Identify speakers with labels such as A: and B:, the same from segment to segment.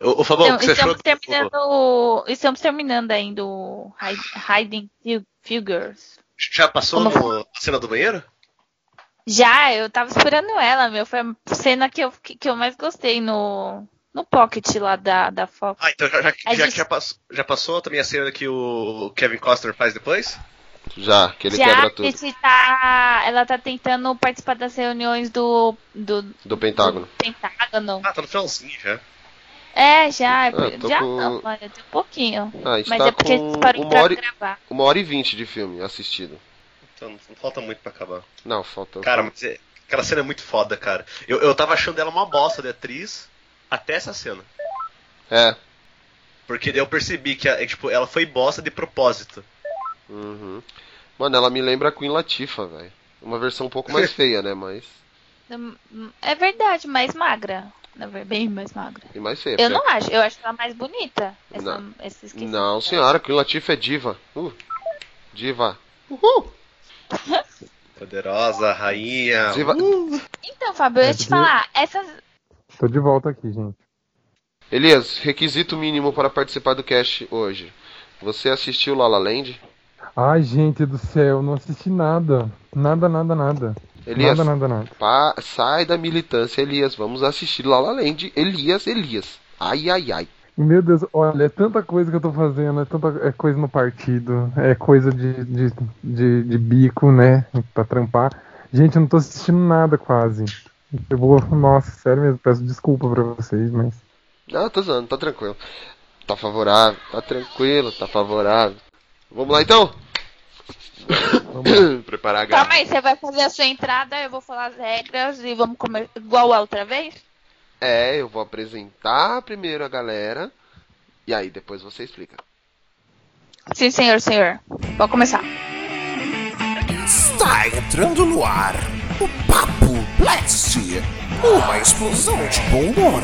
A: Ô, ô Fabão,
B: Então,
A: o que você achou
B: estamos,
A: do...
B: terminando, estamos terminando ainda o Hide- Hiding Fi- Figures.
A: Já passou
B: Como
A: no... a cena do banheiro?
B: Já, eu tava esperando ela, meu. Foi a cena que eu, que eu mais gostei no, no pocket lá da, da Fox.
A: Ah, então já, já,
B: É
A: já,
B: disso.
A: já passou, já passou também a cena que o Kevin Costner faz depois?
C: Já, que ele
B: Já
C: quebra
B: que
C: tudo
B: esse tá, ela tá tentando participar das reuniões do, do
C: do Pentágono.
B: Pentágono.
A: Ah, tá no finalzinho já.
B: É, já. é
C: Ah, tô
B: já
C: com-
B: não, olha, tem um pouquinho.
C: Ah, a gente
B: Mas
C: tá
B: é porque
C: com
B: parou
C: uma
B: pra
C: hora, e-
B: gravar.
C: uma hora e vinte de filme assistido.
A: Então não falta muito pra acabar.
C: Não, falta.
A: Cara, mas é- aquela cena é muito foda, cara. Eu, eu tava achando ela uma bosta de atriz até essa cena.
C: É.
A: Porque daí eu percebi que é, tipo, ela foi bosta de propósito.
C: Uhum. Mano, ela me lembra a Queen Latifa, velho. Uma versão um pouco mais feia, né? Mas.
B: É verdade, mais magra. Na verdade, bem mais magra.
C: E mais feia.
B: Eu
C: porque-
B: não acho, eu acho ela mais bonita. Essa,
C: Não.
B: essa esqueci.
C: Não, senhora, Queen Latifa é diva. Uh, diva.
A: Poderosa, rainha.
C: diva.
B: Então, Fábio, eu ia te falar, essas.
D: Tô de volta aqui, gente.
C: Elias, requisito mínimo para participar do cast hoje. Você assistiu La La Land?
D: Ai, gente do céu, não assisti nada. Nada, nada, nada.
C: Elias,
D: Nada, nada, nada.
C: pá, sai da militância, Elias. Vamos assistir La La Land. Elias, Elias. Ai, ai, ai.
D: Meu Deus, olha, é tanta coisa que eu tô fazendo, é tanta é coisa no partido, é coisa de, de, de, de bico, né? Pra trampar. Gente, eu não tô assistindo nada quase. Eu vou. Nossa, sério mesmo, peço desculpa pra vocês, mas.
C: Não, tô zoando, tá tranquilo. Tá favorável, tá tranquilo, tá favorável. Vamos lá então? Preparar a
B: Calma
C: garrafa.
B: aí, você vai fazer a sua entrada, eu vou falar as regras e vamos comer igual a outra vez?
C: É, eu vou apresentar primeiro a galera. E aí depois você explica.
B: Sim, senhor, senhor. Pode começar.
E: Está entrando no ar o Papo Blast, uma explosão de bom humor.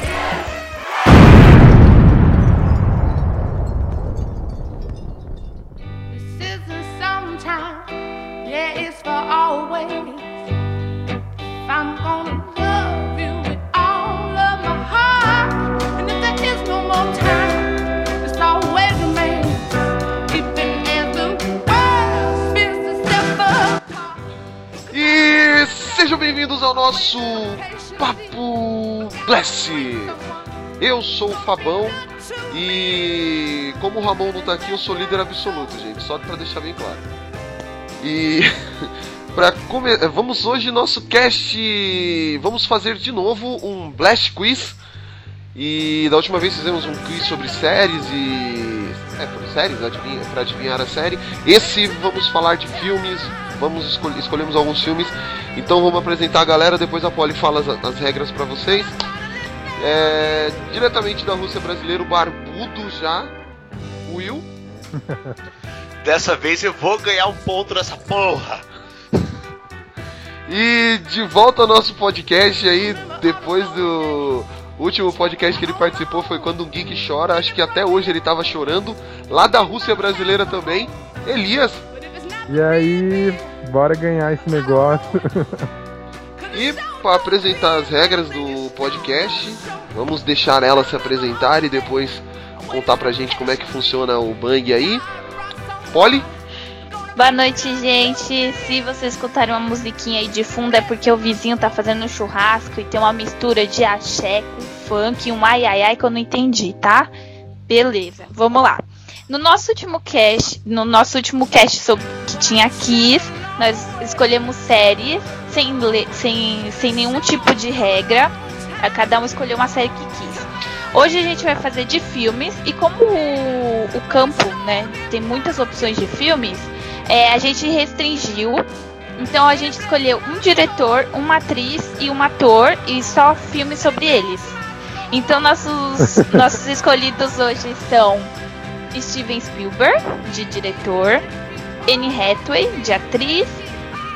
F: This isn't sometime, yeah, it's for always. If I'm gonna love you with all of my heart, and if there is no more time, it's always remains. Even as the world spins itself apart.
C: E sejam bem-vindos ao nosso Papo Blast. Eu sou o Fabão e como o Ramon não tá aqui, eu sou líder absoluto, gente, só pra deixar bem claro. E para come... vamos hoje nosso cast, vamos fazer de novo um Blast Quiz. E da última vez fizemos um quiz sobre séries e é, foram séries, adivinha, para adivinhar a série. Esse vamos falar de filmes, vamos escol... escolhemos alguns filmes. Então vamos apresentar a galera, depois a Polly fala as, as regras pra vocês. É, diretamente da Rússia brasileira, o barbudo já, Will.
A: Dessa vez eu vou ganhar um ponto nessa porra.
C: E de volta ao nosso podcast aí, depois do último podcast que ele participou foi quando um geek chora, acho que até hoje ele tava chorando, lá da Rússia brasileira também. Elias,
D: E aí, bora ganhar esse negócio.
C: e para apresentar as regras do podcast, vamos deixar ela se apresentar e depois contar pra gente como é que funciona o Bang aí. Polly,
B: Boa noite, gente. Se vocês escutarem uma musiquinha aí de fundo, é porque o vizinho tá fazendo um churrasco e tem uma mistura de axé com funk e um ai ai ai que eu não entendi, tá? Beleza, vamos lá. No nosso último cast, no nosso último cast sobre que tinha Kiss, nós escolhemos séries sem, le- sem, sem nenhum tipo de regra. É, Cada um escolheu uma série que quis. Hoje a gente vai fazer de filmes e como o, o campo, né, tem muitas opções de filmes, é, a gente restringiu. Então a gente escolheu um diretor, uma atriz e um ator e só filmes sobre eles. Então nossos, nossos escolhidos hoje são Steven Spielberg, de diretor, Anne Hathaway, de atriz,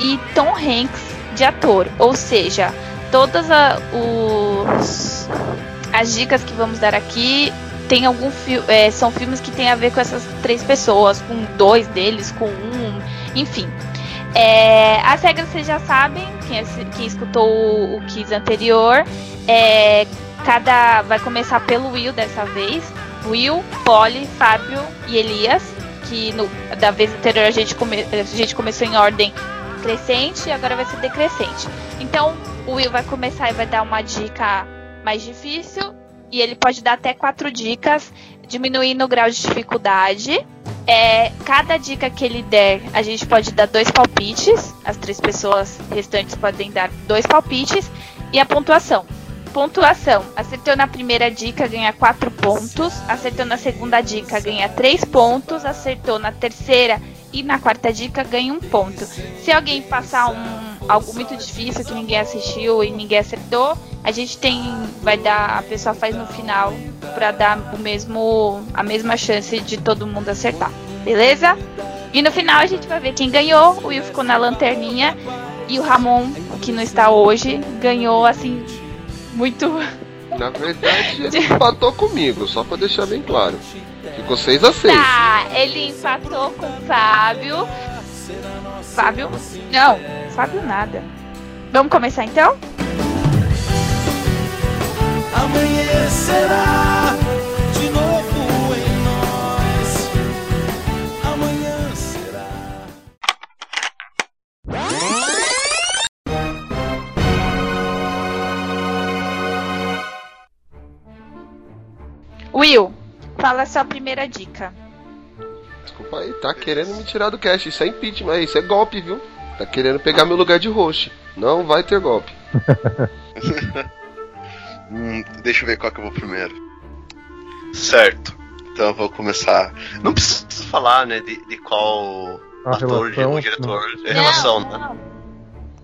B: e Tom Hanks, de ator. Ou seja, todas a- os- as dicas que vamos dar aqui tem algum fi- é, são filmes que tem a ver com essas três pessoas, com dois deles, com um, enfim. É, as regras vocês já sabem, quem, assi- quem escutou o, o quiz anterior. É, Cada vai começar pelo Will dessa vez. Will, Polly, Fábio e Elias, que no- da vez anterior a gente, come- a gente começou em ordem crescente e agora vai ser decrescente. Então, o Will vai começar e vai dar uma dica mais difícil e ele pode dar até quatro dicas, diminuindo o grau de dificuldade. É, cada dica que ele der, a gente pode dar dois palpites. As três pessoas restantes podem dar dois palpites e a pontuação. Pontuação: acertou na primeira dica, ganha quatro pontos. Acertou na segunda dica, ganha três pontos. Acertou na terceira e na quarta dica, ganha um ponto. Se alguém passar um, algo muito difícil que ninguém assistiu e ninguém acertou, a gente tem vai dar a pessoa faz no final pra dar o mesmo a mesma chance de todo mundo acertar, beleza? E no final a gente vai ver quem ganhou. O Will ficou na lanterninha e o Ramon, que não está hoje, ganhou assim muito
C: Na verdade, ele empatou comigo, só pra deixar bem claro. Ficou 6 a 6
B: Tá, ele empatou com o Fábio. Fábio? Não, Fábio nada. Vamos começar então?
G: Amanhecerá de novo em nós. Amanhã será.
B: Will, fala a sua primeira dica.
C: Desculpa aí, tá querendo me tirar do cast. Isso é impeachment, isso é golpe, viu? Tá querendo pegar meu lugar de host. Não vai ter golpe.
H: Hum, deixa eu ver qual que eu vou primeiro.
A: Certo.
H: Então eu vou começar.
A: Não preciso falar, né, de, de qual
D: A
A: ator,
D: relação,
A: o diretor, é
B: Não,
A: relação, né? Então,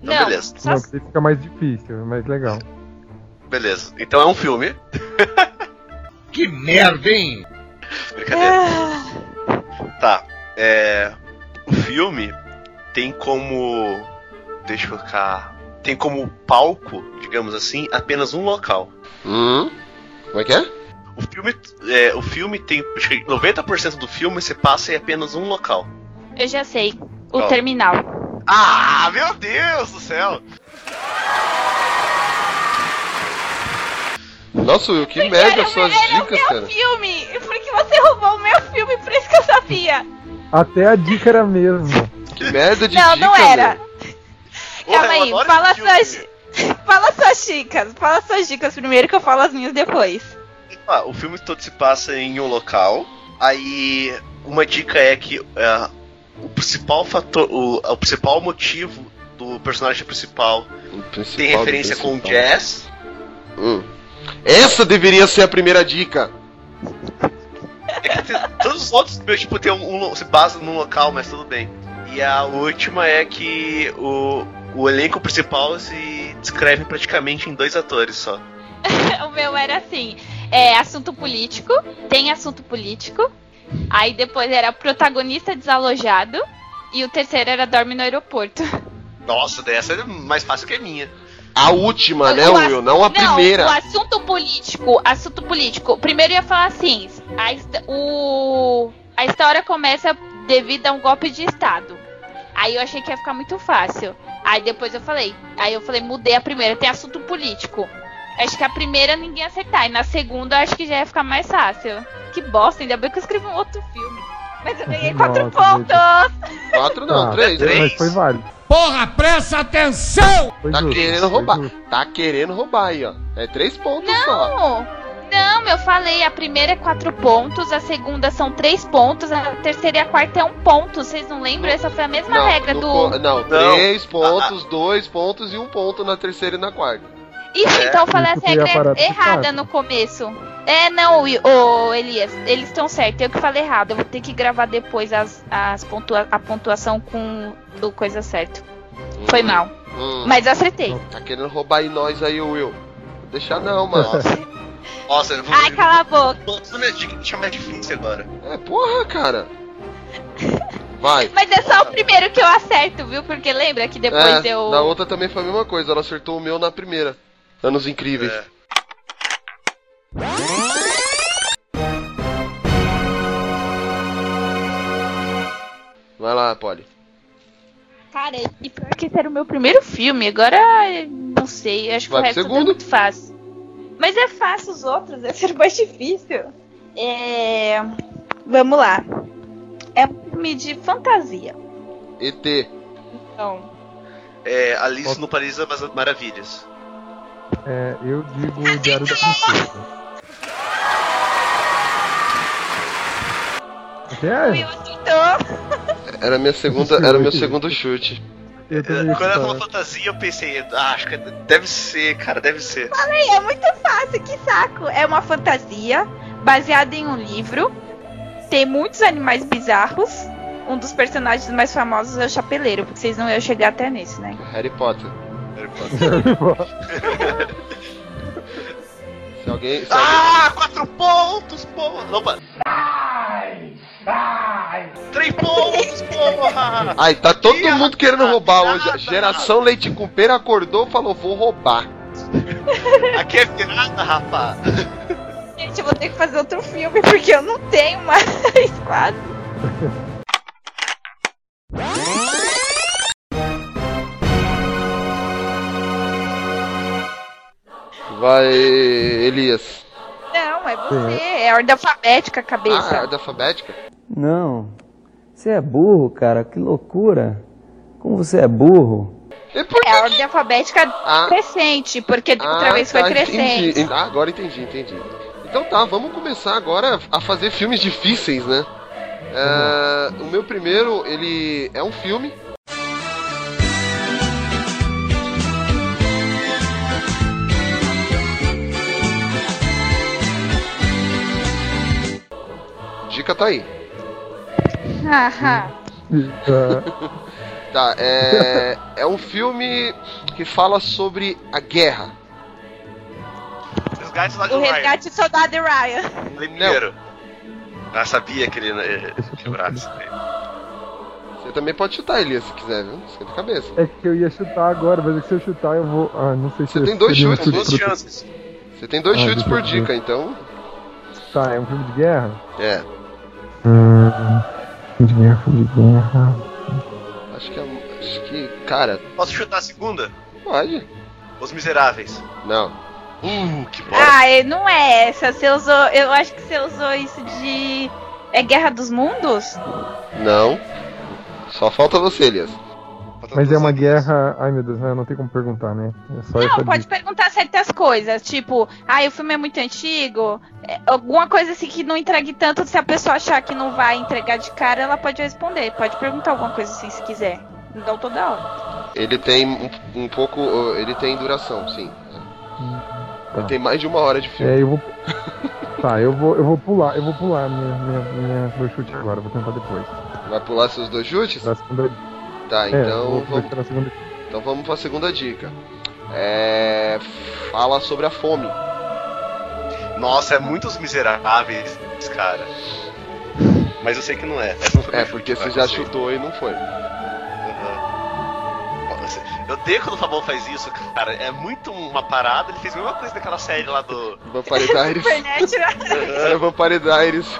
B: Não,
A: beleza.
B: só-
D: Não, não, porque fica mais difícil, mais legal.
A: Beleza. Então é um filme.
E: Que merda, hein?
A: Brincadeira. Tá. É, o filme tem como. Deixa eu colocar. Tem como palco, digamos assim, apenas um local.
C: Hum? Como é que é?
A: O filme, é, o filme tem. acho que 90% do filme se passa em apenas um local.
B: eu já sei. O
A: Qual?
B: terminal.
A: Ah, meu Deus do céu!
C: Nossa, Will, que
B: Porque
C: mega
B: era-
C: suas
B: era
C: dicas,
B: o meu
C: cara.
B: filme! Porque você roubou o meu filme, por isso que eu sabia!
D: Até a dica era a mesma.
C: Que merda de
B: não,
C: dica,
B: não era!
C: meu.
B: Calma
A: Porra, eu
B: aí,
A: adoro
B: fala
A: esse filme.
B: suas, fala suas dicas. Fala suas dicas primeiro que eu falo as minhas depois.
A: Ah, o filme todo se passa em um local. Aí uma dica é que ah, o principal fator, o, o principal motivo do personagem principal
C: O principal
A: tem
C: do
A: referência com o
C: principal.
A: jazz.
C: Hum. Essa deveria ser a primeira dica.
A: É que tem- todos os outros meio, tipo tem um, um lo- se basa num local, mas tudo bem. E a última é que o, o elenco principal se descreve praticamente em dois atores só.
B: O meu era assim: é assunto político, tem assunto político. Aí depois era protagonista desalojado. E o terceiro era dorme no aeroporto.
A: Nossa, dessa é mais fácil que a minha.
C: A última, né,
B: O ass-
C: Will? Não a primeira.
B: o assunto político, assunto político. Primeiro eu ia falar assim, a, his- o, a história começa devido a um golpe de estado. Aí eu achei que ia ficar muito fácil. Aí depois eu falei, aí eu falei, mudei a primeira, tem assunto político. Acho que a primeira ninguém ia acertar, e na segunda eu acho que já ia ficar mais fácil. Que bosta, ainda bem que eu escrevi um outro filme. Mas eu ganhei quatro
D: Nossa,
B: pontos!
C: Quatro não,
D: Ah,
C: três.
A: três.
C: né?
D: Mas foi válido.
E: Porra, presta atenção!
D: Foi
C: Tá
D: justo,
C: querendo
D: foi
C: roubar.
D: justo.
C: Tá querendo roubar aí, ó. É três pontos só.
B: Não, não, eu falei, a primeira é quatro pontos, a segunda são três pontos, a terceira e a quarta é um ponto. Vocês não lembram? Essa foi a mesma
C: Não,
B: regra
C: no
B: É do.
C: po- Não,
A: Não. Ah,
C: três pontos, dois pontos e um ponto na terceira e na quarta.
B: Isso, então eu falei
D: Isso
B: as
D: que É, eu ia parar
B: regras
D: de
B: errada
D: falar.
B: no começo. É, não, Wi- ô Elias, eles estão certos, eu que falei errado. Eu vou ter que gravar depois as, as pontua- a pontuação com do coisa certo. Foi mal.
C: Hum,
B: Mas acertei.
C: Tá querendo roubar em nós aí, Will. Vou deixar não, mano.
A: Nossa, eu vou.
B: Ai, cala a boca.
A: Todas as minhas dicas deixam mais difícil agora.
C: É, porra, cara. Vai.
B: Mas é só o primeiro que eu acerto, viu? Porque lembra que depois
C: É,
B: eu.
C: Na outra também foi a mesma coisa, ela acertou o meu na primeira. Anos incríveis.
A: É.
C: Vai lá, Polly.
B: Cara, e pior que esse era o meu primeiro filme, agora eh, não sei, acho que
C: Vai
B: o
C: pro
B: resto tudo é
C: segundo.
B: muito fácil. Mas é fácil os outros, é ser mais difícil. É... Vamos lá. É um filme de fantasia.
C: ET.
B: Então,
A: É Alice no Paris das Maravilhas.
D: É, eu digo o Diário da Princesa. O que
B: o
D: é?
B: Will então, acertou.
C: Era minha segunda, era meu segundo chute.
D: Eu também ia
A: É, Quando ela falou
D: chutar.
A: fantasia, eu pensei, ah, acho que deve ser, cara, deve ser.
B: Ei, é muito fácil, que saco. É uma fantasia baseada em um livro. Tem muitos animais bizarros. Um dos personagens mais famosos é o Chapeleiro, porque vocês não iam chegar até nesse, né?
C: Harry Potter.
A: Harry Potter.
C: Se alguém. Se alguém...
A: Ah, quatro pontos, porra! Opa! Três pontos, porra!
C: Ai, tá todo
A: Ih,
C: mundo querendo
A: ah,
C: roubar hoje.
A: nada.
C: Geração Leite com Pera acordou e falou: vou roubar.
A: Aqui é virada, rapaz.
B: Gente, eu vou ter que fazer outro filme, porque eu não tenho mais quase.
C: Vai, Elias.
B: Não, é você. É ordem alfabética a
C: Ah,
B: cabeça.
C: ordem alfabética?
I: Não. Você é burro, cara. Que loucura. Como você é burro.
C: E por
B: É a
C: que?
B: ordem alfabética
C: Ah,
B: crescente, porque da outra
C: ah,
B: vez foi
C: tá,
B: crescente.
C: entendi. Ah, agora entendi, entendi. Então tá, vamos começar agora a fazer filmes difíceis, né? Ah, o meu primeiro, ele é um filme. Dica tá aí.
B: Aham.
D: Ah,
C: Tá, é. é um filme que fala sobre a guerra.
A: Resgate lá de
B: O
A: Ryan.
B: resgate do soldado Ryan.
A: Primeiro. Ah, sabia que ele ia quebrar isso daí.
C: Você também pode chutar, Elias, se quiser, viu? Esquenta a cabeça.
D: é que eu ia chutar agora, mas é que se eu chutar eu vou. Ah, não sei se
C: Você tem dois
D: seria um
C: chutes,
A: Com
D: chute
A: duas
D: pro-
A: chances.
C: Você tem dois
D: Ah,
C: chutes por
D: desculpa.
C: dica, então.
D: Tá, é um filme de guerra?
C: É.
D: Hum, filme de guerra, filme de guerra.
C: Acho que é. Acho que. Cara,
A: Posso chutar a segunda?
C: pode.
A: Os Miseráveis.
C: Não.
D: Hum,
A: Uh, que bosta.
B: Ah, é, não é essa. Você usou. Eu acho que você usou isso de. É Guerra dos Mundos?
C: Não. Só falta você, Elias.
D: Mas é uma guerra. Ai meu Deus, não tem como perguntar, né? É só essa
B: Não, pode
D: dica.
B: perguntar certas coisas. Tipo, ah, o filme é muito antigo. é, alguma coisa assim que não entregue tanto. Se a pessoa achar que não vai entregar de cara, ela pode responder. Pode perguntar alguma coisa assim se quiser. Não toda hora.
C: Ele tem um, um pouco. uh, Ele tem duração, sim.
D: tá.
C: Ele tem mais de uma hora de filme.
D: É, eu vou. Tá, eu vou, eu vou pular, eu vou pular minha, minha, minha, meu chute agora, vou tentar depois. um
C: Vai pular seus dois chutes?
D: Da segunda,
C: Tá,
D: é, eu
C: então
D: vou, vou
C: vamos,
D: tirar a segunda.
C: então vamos pra segunda dica. É. Fala sobre a fome.
A: Nossa, é muito Os Miseráveis, cara. Mas eu sei que não é. Essa não foi
C: É,
A: meu
C: porque
A: chute,
C: você
A: mas
C: já
A: eu sei.
C: chutou e não foi.
A: Aham. Nossa, Eu odeio quando o Fabão faz isso, cara. É muito uma parada. Ele fez a mesma coisa daquela série lá do
C: Vampire Diaries.
B: Supernatural.
C: Era Vampire Diaries.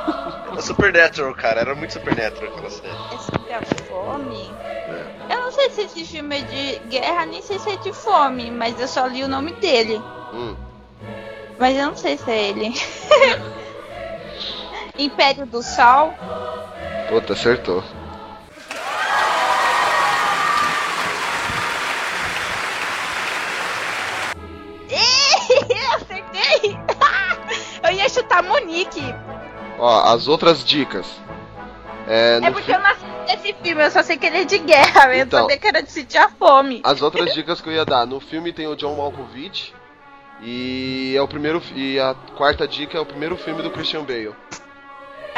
A: do Supernatural, cara. Era muito Supernatural aquela série.
B: É sobre a fome. Eu não sei se esse filme é de guerra, nem sei se é de fome, mas eu só li o nome dele.
C: Hum.
B: Mas eu não sei se é ele. Império do Sol.
C: Puta, acertou.
B: eu acertei! eu ia chutar Monique.
C: Ó, as outras dicas. É,
B: É
C: no
B: porque
C: fi-
B: eu não assisti esse filme, eu só sei que ele é de guerra, eu
C: Então.
B: só sei que era de sentir a fome.
C: As outras dicas que eu ia dar. No filme tem o John Malkovich. E é o primeiro. fi- E a quarta dica é o primeiro filme do Christian Bale.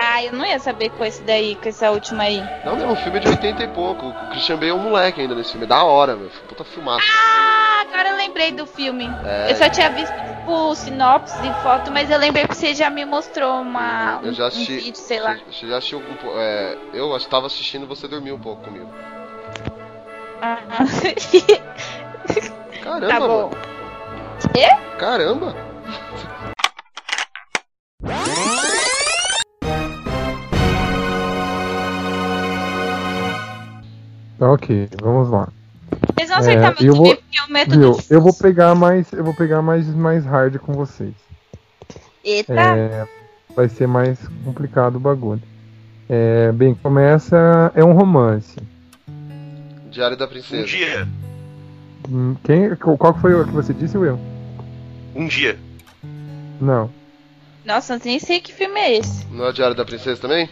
B: Ah, eu não ia saber com esse daí, com essa última aí.
C: Não, não, o filme é de 80 e pouco. O Christian Bale é um moleque ainda nesse filme. É da hora, meu. Puta filmaço.
B: Ah, agora eu lembrei do filme.
C: É,
B: Eu só tinha visto, tipo, sinopse e foto, mas eu lembrei que você já me mostrou uma,
C: Eu
B: um,
C: já
B: um
C: assisti-
B: vídeo, sei lá.
C: Você já assistiu um pouco. É, eu estava assistindo você dormiu um pouco comigo.
B: Ah.
C: Caramba,
B: tá bom.
C: mano. Caramba!
D: Tá, ok, vamos lá.
B: Vocês vão acertar
D: É,
B: meu
D: eu
B: filme
D: vou-
B: porque eu o método.
D: É, Viu? Eu vou pegar mais, eu vou pegar mais, mais hard com vocês.
B: Eita,
D: É, vai ser mais complicado o bagulho. É, bem, começa. É um romance.
C: Diário da
A: Um
C: Princesa.
A: dia.
D: Hum, Quem, qual que foi o que você disse, Will?
A: Um dia.
D: Não.
B: nossa, eu nem sei que filme é esse.
C: Não é o Diário da Princesa também?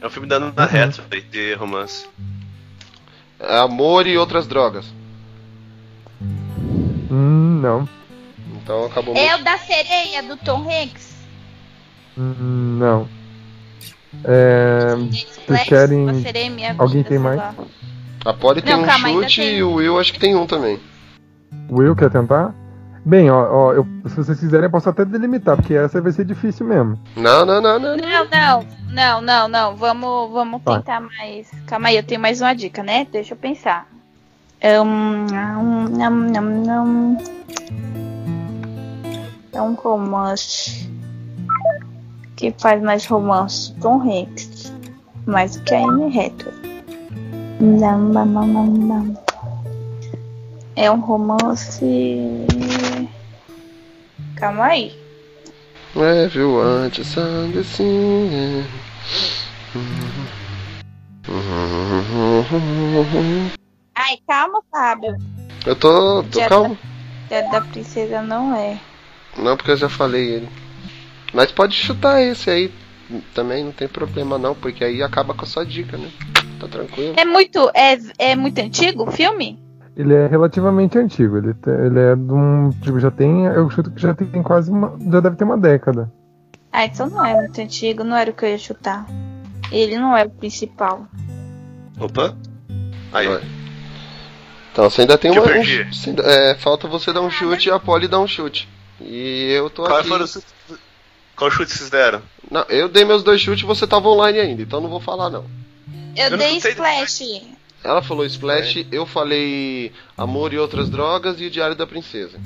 A: É um filme da
C: Uhum.
A: Ana Hathaway de romance.
C: É Amor e Outras Drogas.
D: Hum, não.
C: Então acabou
B: É
C: muito.
B: o da sereia do Tom Hanks.
D: Hum, Não. É,
B: Flash,
D: querem-
B: uma sereia, minha
D: alguém
B: vida,
D: tem
B: sei
D: mais?
B: lá.
C: A Polly tem
B: Não,
C: um
B: calma, ainda
C: chute
B: tem-
C: e o Will acho que tem um também.
D: Will, quer tentar? Bem, ó, ó, eu- se vocês quiserem, eu posso até delimitar, porque essa vai ser difícil mesmo.
C: Não, não, não, não.
B: Não, não, não, não, não. Vamos, vamos
D: Vai.
B: tentar mais. Calma aí, eu tenho mais uma dica, né? Deixa eu pensar. Hum, hum, hum, hum, hum. É um romance. Que faz mais romance? Tom Hanks. Mais do que a Anne Hathaway. Não, não, não, não, não. É um romance. Calma aí.
C: É, Everyone just sang a singing.
B: Ai, calma, Fábio.
C: Eu tô, tô
B: Já
C: calmo.
B: É da princesa não é.
C: Não, porque eu já falei ele. Mas pode chutar esse aí também, não tem problema não, porque aí acaba com a sua dica, né? Tá tranquilo.
B: É muito. É, é muito antigo o filme?
D: Ele é relativamente antigo, ele, te- ele é de um. Tipo, já tem. Eu chuto que já tem quase uma. Já deve ter uma década.
B: Ah, então não é muito antigo, não era o que eu ia chutar. Ele não é o principal.
A: Opa. Aí.
C: Vai. Então você ainda tem
A: Que eu
C: uma. um
A: perdi.
C: chu- você ainda- é, falta você dar um chute e a Polly dar um chute. E eu tô
A: Qual
C: aqui.
A: foi o su- Qual chute vocês deram?
C: Não, eu dei meus dois chutes e você tava online ainda, então não vou falar não.
B: Eu,
A: não
B: dei
A: chutei
B: Splash.
C: Ela falou Splash, eu falei Amor e Outras Drogas e o Diário da Princesa.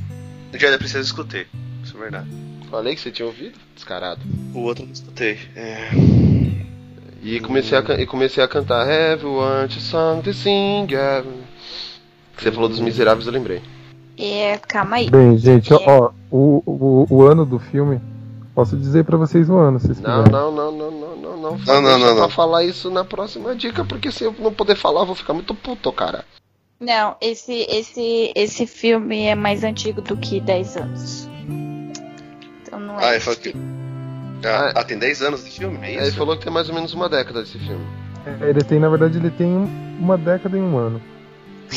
A: O Diário da Princesa eu escutei. Isso é verdade.
C: Falei que você tinha ouvido? Descarado.
A: O outro eu não escutei. É.
C: E comecei a, can- e comecei a cantar Everyone to song to sing. eh. Que você falou dos miseráveis, eu lembrei.
B: É, calma aí.
D: Bem, gente, ó,
C: é-
D: ó, o, o, o ano do filme. Posso dizer pra vocês o ano, se vocês
C: Não,
D: quiserem.
C: não, não, não, não, não, não.
H: Não, não,
C: Deixa
H: não,
C: pra
H: não.
C: falar isso na próxima dica, porque se eu não puder falar, eu vou ficar muito puto, cara.
B: Não, esse, esse, esse filme é mais antigo do que 10 anos. Então não é.
H: Ah, ele
B: esse
H: falou que-
B: filme.
C: é.
H: Ah, ah, tem 10 anos de filme, é
C: Ele
H: isso?
C: falou que tem mais ou menos uma década desse filme.
D: É, Ele tem, na verdade, ele tem uma década e um ano.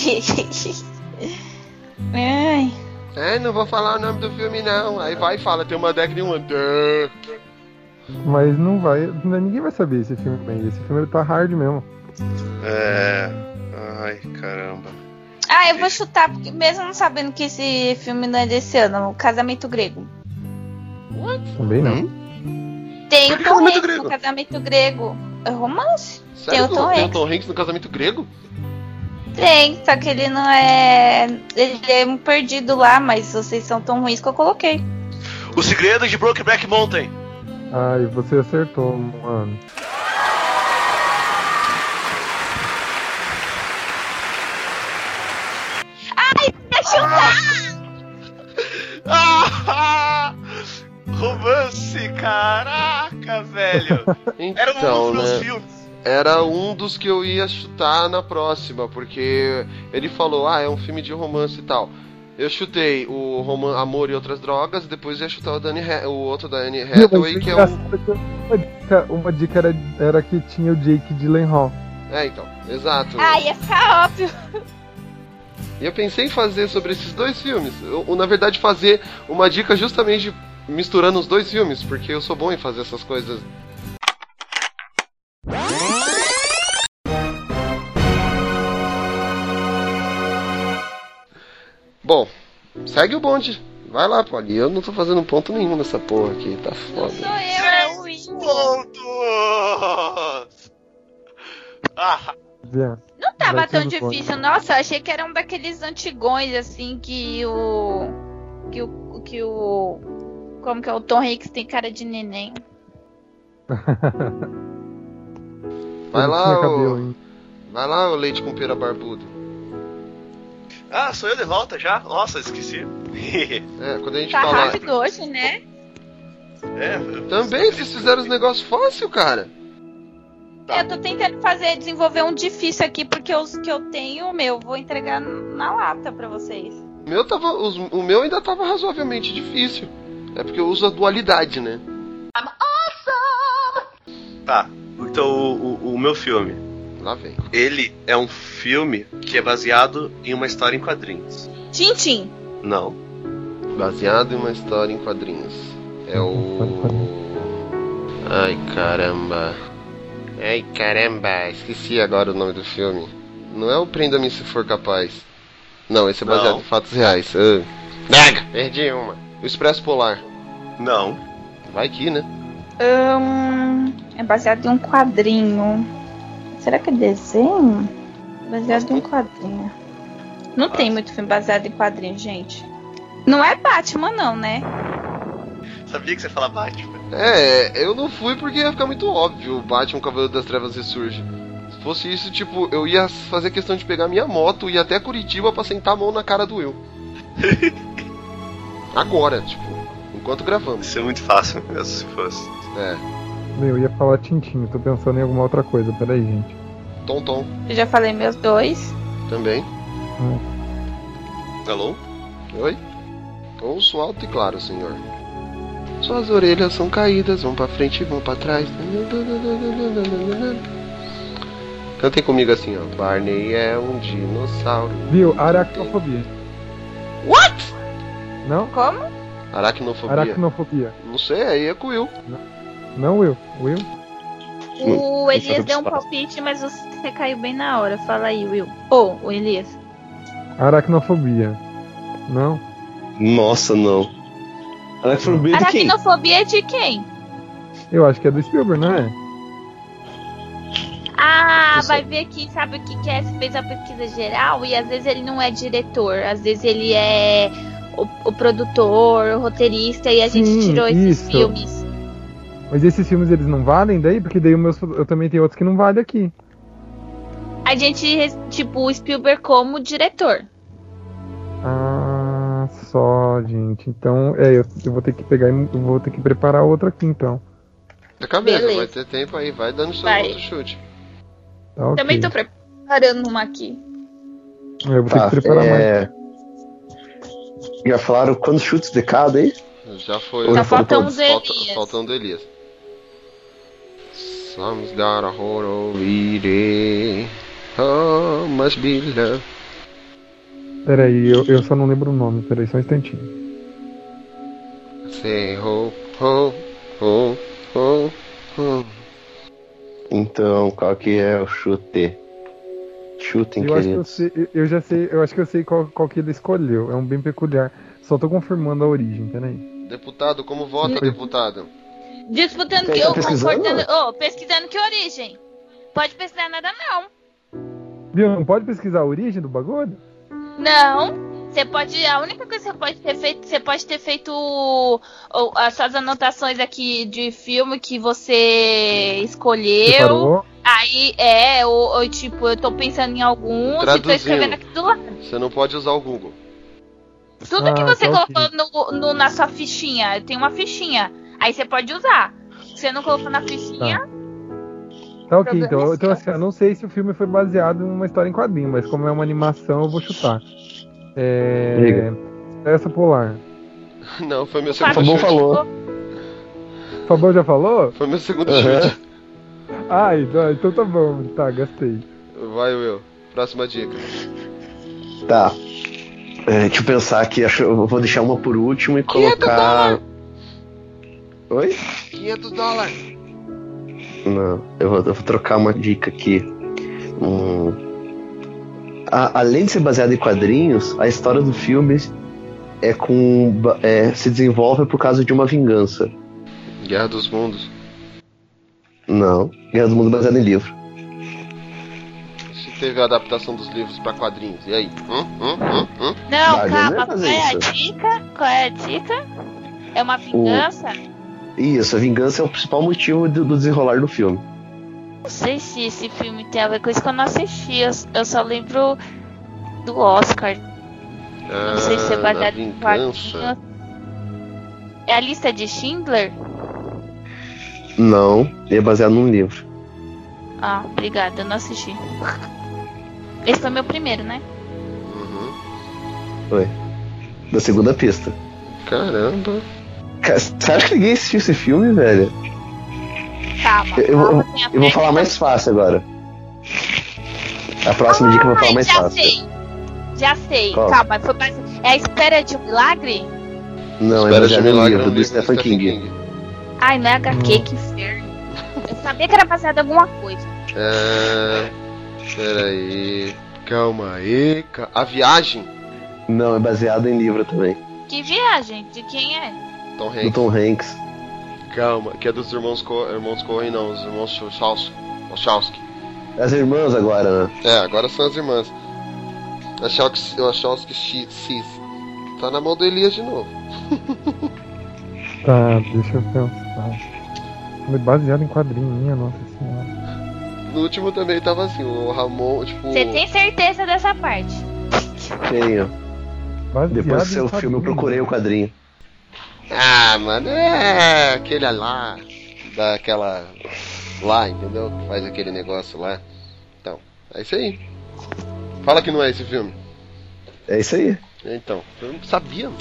B: Ai,
C: É, não vou falar o nome do filme, não. Aí vai e fala, tem uma década e um ano. Tã.
D: Mas não vai. Ninguém vai saber esse filme bem. Esse filme ele tá hard mesmo.
H: É. Ai, caramba.
B: Ah, eu vou chutar, porque mesmo não sabendo que esse filme não é desse ano, o Casamento Grego.
D: Também não.
B: Tem
A: Por
B: o
A: que
B: Tom
A: Casamento
B: Hanks
A: Grego?
B: no Casamento Grego. É romance?
C: Sério
B: Tem o
C: que não
B: Tom
C: tem o
B: Hanks.
C: Tom Hanks no casamento grego?
B: Tem, só que ele não é. Ele é um perdido lá, mas vocês são tão ruins que eu coloquei.
A: O segredo de Brokeback Mountain.
C: Uhum.
D: Ai, você acertou, mano.
B: Pra chutar!
A: Ah! Romance, caraca, velho. Era um
C: Então,
A: dos meus
C: né?
A: filmes.
C: Era um dos que eu ia chutar na próxima, porque ele falou, ah, é um filme de romance e tal. Eu chutei o roman Amor e Outras Drogas, e depois ia chutar o, Danny Ha- o outro da Anne Hathaway,
D: Mas
C: que é um...
D: engraçado que Uma dica, uma dica era, era que tinha o Jake Gyllenhaal.
C: É, então, exato.
B: Ah, ia ficar óbvio.
C: E eu pensei em fazer sobre esses dois filmes. Ou, ou, na verdade, fazer uma dica justamente misturando os dois filmes, porque eu sou bom em fazer essas coisas. Bom, segue o bonde. Vai lá, Poli. Eu não tô fazendo ponto nenhum nessa porra aqui, tá
B: Não sou
C: foda.
B: eu, é o Will.
A: Pontos! Ah,
D: Viado.
B: Não tava
D: Vai
B: tão
D: tudo fora.
B: difícil. Nossa, eu achei que era um daqueles antigões, assim, que o. Que o. Que o como que é? O Tom Hanks tem cara de neném.
C: Vai
D: Ele
C: lá,
D: tinha
C: ô-
D: cabelo, hein?
C: Vai lá, o leite com pera barbudo.
A: Ah, sou eu de volta já? Nossa, esqueci.
C: É, quando a gente
B: Tá
C: fala.
B: rápido hoje, né?
A: é, eu-
C: Também eles fizeram os negócios fácil, cara.
B: Eu tô tentando fazer, desenvolver um difícil aqui, porque os que eu tenho, meu, vou entregar na lata pra vocês.
C: O meu, tava, os- o meu ainda tava razoavelmente difícil. É porque eu uso a dualidade, né?
A: Tá. Então, o, o- o meu filme.
C: Lá vem.
A: Ele é um filme que é baseado em uma história em quadrinhos.
B: Tintim.
A: Não.
C: Baseado em uma história em quadrinhos. É o. Ai caramba. Ai caramba, esqueci agora o nome do filme. Não é o Prenda-me se for capaz. Não, esse é baseado
A: Não.
C: em fatos reais. Ah. Naga, perdi uma. O Expresso Polar.
A: Não.
C: Vai que, né?
B: Hum, é baseado em um quadrinho. Será que é desenho? Baseado em um quadrinho. Não tem muito filme baseado em quadrinho, gente. Não é Batman, não, né?
A: Sabia que você fala Batman?
C: É, eu não fui porque ia ficar muito óbvio. O Batman Cavaleiro das Trevas ressurge. Se fosse isso, tipo, eu ia fazer questão de pegar minha moto e ir até Curitiba pra sentar a mão na cara do Will. Agora, tipo, enquanto gravamos.
A: Isso é muito fácil, mesmo se fosse.
C: É,
D: Meu, eu ia falar Tintin, tô pensando em alguma outra coisa, peraí, gente.
C: Tom Tom
B: Eu já falei meus dois.
C: também.
A: Alô?
C: Oi? Ouço alto e claro, senhor. Suas orelhas são caídas, vão pra frente e vão pra trás. Cantem comigo assim, ó. Barney é um dinossauro.
D: Viu? Aracnofobia.
C: What?
D: Não?
B: Como?
C: Aracnofobia.
D: Aracnofobia.
C: Não sei, aí é com o Will.
D: Não, Will. Will?
B: O
H: deixa eu
B: Elias deu um
H: participar.
B: palpite, mas você caiu bem na hora. Fala aí, Will. Ou, o Elias.
D: Aracnofobia. Não?
H: Nossa, não. Aracnofobia de quem?
B: Aracnofobia é de quem?
D: Eu acho que é do Spielberg, não é?
B: Ah,
D: Isso.
B: vai ver que sabe o que que é? Você fez a pesquisa geral e às vezes ele não é diretor, às vezes ele é o, o produtor, o roteirista e a gente
D: Sim,
B: tirou esses
D: isso.
B: filmes.
D: Mas esses filmes eles não valem daí? Porque daí o meus, eu também tenho outros que não valem aqui.
B: A gente, res- tipo, o Spielberg como diretor.
D: Ah, só, gente. Então, é, eu, eu vou ter que pegar e eu vou ter que preparar outra aqui então.
C: Tá cabendo,
B: Beleza.
C: vai ter tempo aí, vai dando seu
B: Vai.
C: outro chute.
D: Tá, ok.
B: Também tô preparando uma aqui.
D: Eu vou
H: Tá,
D: ter que preparar mais.
H: é... Já falaram quantos chutes de cada aí?
C: Já foi.
H: Só
C: Já
H: falta
C: foi
B: um
C: todos.
B: do
C: Falta-
B: Elias.
C: Faltando Elias. Some's got a hold of it. Oh, must be love.
D: Peraí, eu, eu só não lembro o nome. Peraí, só um instantinho.
C: Say ho, ho, ho, ho, ho.
H: Então, qual que é o chute? Chutem,
D: Eu acho que eu,
H: queridos.
D: sei, eu- eu já sei, eu acho que eu sei qual, qual que ele escolheu. É um bem peculiar. Só tô confirmando a origem, peraí.
C: Deputado, como vota,
D: Sim.
C: deputado?
B: Disputando
H: Tá-
B: que
H: tá
B: eu
H: pesquisando?
B: concordando. Oh, pesquisando que origem. Pode pesquisar nada, não.
D: Viu? Não pode pesquisar a origem do bagulho?
B: Não. Você pode. A única coisa que você pode ter feito, você pode ter feito o- o- as suas anotações aqui de filme que você escolheu.
D: Separou? Tá
B: Aí é, ou, ou, tipo, eu tô pensando em alguns e tô
C: Traduziu.
B: escrevendo aqui do lado.
C: Você não pode usar o Google.
B: Tudo que
D: Ah,
B: você
D: tá ok.
B: colocou no- no- na sua fichinha, tem uma fichinha. Aí você pode usar. Se você não colocou na fichinha,
D: Tá ok,
B: Problema
D: então.
B: é
D: Então,
B: seu.
D: assim, eu não sei se o filme foi baseado em uma história em quadrinho, mas como é uma animação, eu vou chutar. É.
H: Diga.
D: Essa polar.
C: Não, foi meu
B: Fábio
C: segundo chute.
H: Fabão falou.
D: O Fabão já falou?
C: Foi meu segundo
H: Aham.
C: chute.
D: Ai, não, então tá bom. Tá, gastei.
C: Vai, Will. Próxima dica.
H: Tá. É, deixa eu pensar aqui, acho, eu vou deixar uma por último e colocar. Oi?
C: 500 dólares.
H: Não, eu vou, eu vou trocar uma dica aqui. Hum. A- além de ser baseada em quadrinhos, a história do filme é com. ba- é, se desenvolve por causa de uma vingança.
C: Guerra dos Mundos.
H: Não. Guerra do Mundo é baseada em livro.
C: Se teve a adaptação dos livros pra quadrinhos. E aí? Hum, hum, hum, hum?
B: não,
H: Vai,
D: né,
B: calma,
H: vai
B: qual
H: fazer
B: é a
H: isso.
B: dica? Qual é a dica? É uma vingança?
H: Isso, a vingança é o principal motivo do, do desenrolar do filme.
B: Não sei se esse filme tem a ver com isso que eu não assisti. Eu, eu só lembro do Oscar.
C: Ah,
B: Não sei se é
C: na
B: baseado em
C: vingança.
B: quadrinhos. É a lista de Schindler?
H: Não, é baseado num livro.
B: Ah, obrigada, eu não assisti. Esse foi meu primeiro, né?
C: Uhum.
H: Da segunda pista.
C: Caramba.
H: Cara, sabe que ninguém assistiu esse filme, velho?
B: Calma.
H: Eu- eu-
B: calma, tem a
H: Eu vou
B: perna-
H: falar mais fácil agora. A próxima dica eu vou falar
B: Ai,
H: mais
B: Ah, já
H: é fácil.
B: sei. Já sei.
H: Qual?
B: Calma, foi mais... é a espera de um milagre?
H: Não, é
C: Espera de
H: baseado num
C: milagre
H: livro do Stephen King.
B: Ai, não é
H: Hum.
B: HQ, que inferno. Eu sabia que era baseado em alguma coisa.
C: É... Peraí. Calma aí. ca- A viagem.
H: Não, é baseado em livro também.
B: Que viagem? De quem é?
C: Tom
H: Do
C: Hanks.
H: Tom Hanks.
C: Calma. Que é dos irmãos, Co... irmãos Coen, não. Os irmãos Wachowski. Wachowski.
H: As irmãs agora, né?
C: É, agora são as irmãs. Wachowski, Wachowski X, X. Tá na mão do Elias de novo.
D: Tá, deixa eu pensar. Falei baseado em quadrinho, nossa senhora.
C: No último também tava assim. O Ramon, tipo...
H: Hum.
B: Você tem certeza dessa parte?
H: Tenho.
D: Baseado
H: Depois do
D: em
H: seu filme eu
D: quadrinho.
H: procurei o quadrinho.
C: Ah, mano, é aquele lá, daquela lá, entendeu? Que faz aquele negócio lá. Então, é isso aí. Fala que não é esse filme.
H: É isso aí.
C: Então, eu não sabia. mano.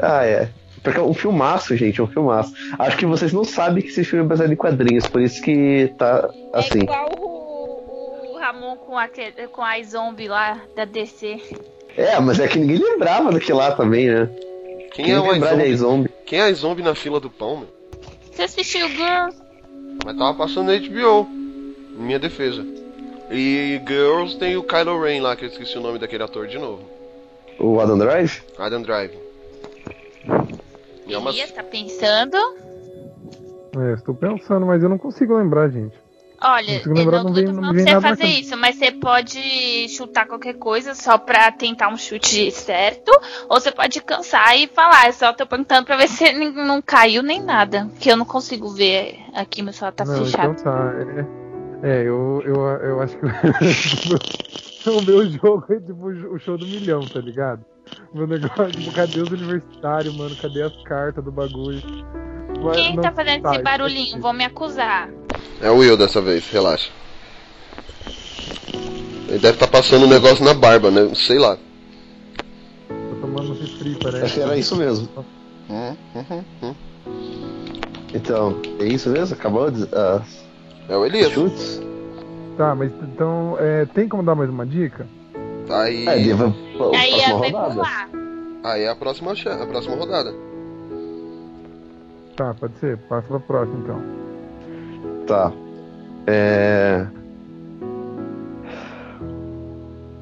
H: Ah, é. Porque é um filmaço, gente, é um filmaço. Acho que vocês não sabem que esse filme é baseado em quadrinhos, por isso que tá
B: É
H: assim.
B: igual o, o Ramon com a, com a zombie lá da DC.
H: É, mas é que ninguém lembrava do que lá também, né?
C: Quem,
H: Quem né?
C: é o
H: lembrar de
C: iZombie?
H: iZombie?
C: Quem é iZombie na fila do pão, meu?
B: Você assistiu Girls?
C: Mas tava passando na HBO, em minha defesa. E Girls tem o Kylo Ren lá, que eu esqueci o nome daquele ator de novo.
H: O Adam Drive?
C: Adam Drive. E é uma-
B: Elias tá pensando.
D: É, estou pensando, mas eu não consigo lembrar, gente.
B: Olha,
D: Não
B: eu
D: consigo lembrar,
B: não,
D: não
B: não
D: vem-
B: tô
D: não
B: falando pra
D: vem
B: você
D: nada na
B: fazer
D: cabeça.
B: isso, mas você pode chutar qualquer coisa só pra tentar um chute certo, ou você pode cansar e falar. Eu só tô perguntando pra ver se nem- não caiu nem nada, porque eu não consigo ver aqui, meu celular tá
D: não,
B: fechado.
D: então tá. É, é, eu, eu, eu acho que o meu jogo é tipo o show do milhão, tá ligado? Meu negócio é tipo, cadê os universitários, mano? Cadê as cartas do bagulho? Mas
B: Quem
D: não-
B: tá fazendo
D: tá,
B: esse barulhinho?
D: esqueci.
B: Vou me acusar.
C: É o Will dessa vez, relaxa. Ele deve estar passando um negócio na barba, né? Sei lá.
D: Tô tomando um refri,
H: Acho que
D: parece.
H: É, era isso mesmo. Então, é isso mesmo? Acabou de- as
C: É o Elias.
H: chutes?
D: Tá, mas então, é, tem como dar mais uma dica?
C: Tá Aí,
H: É, deva
B: Aí
C: tá
H: próxima
B: ia
H: rodada.
B: especular.
C: aí é a próxima, cha- a próxima rodada.
D: Tá, pode ser? Passa pra próxima então.
H: Tá. É...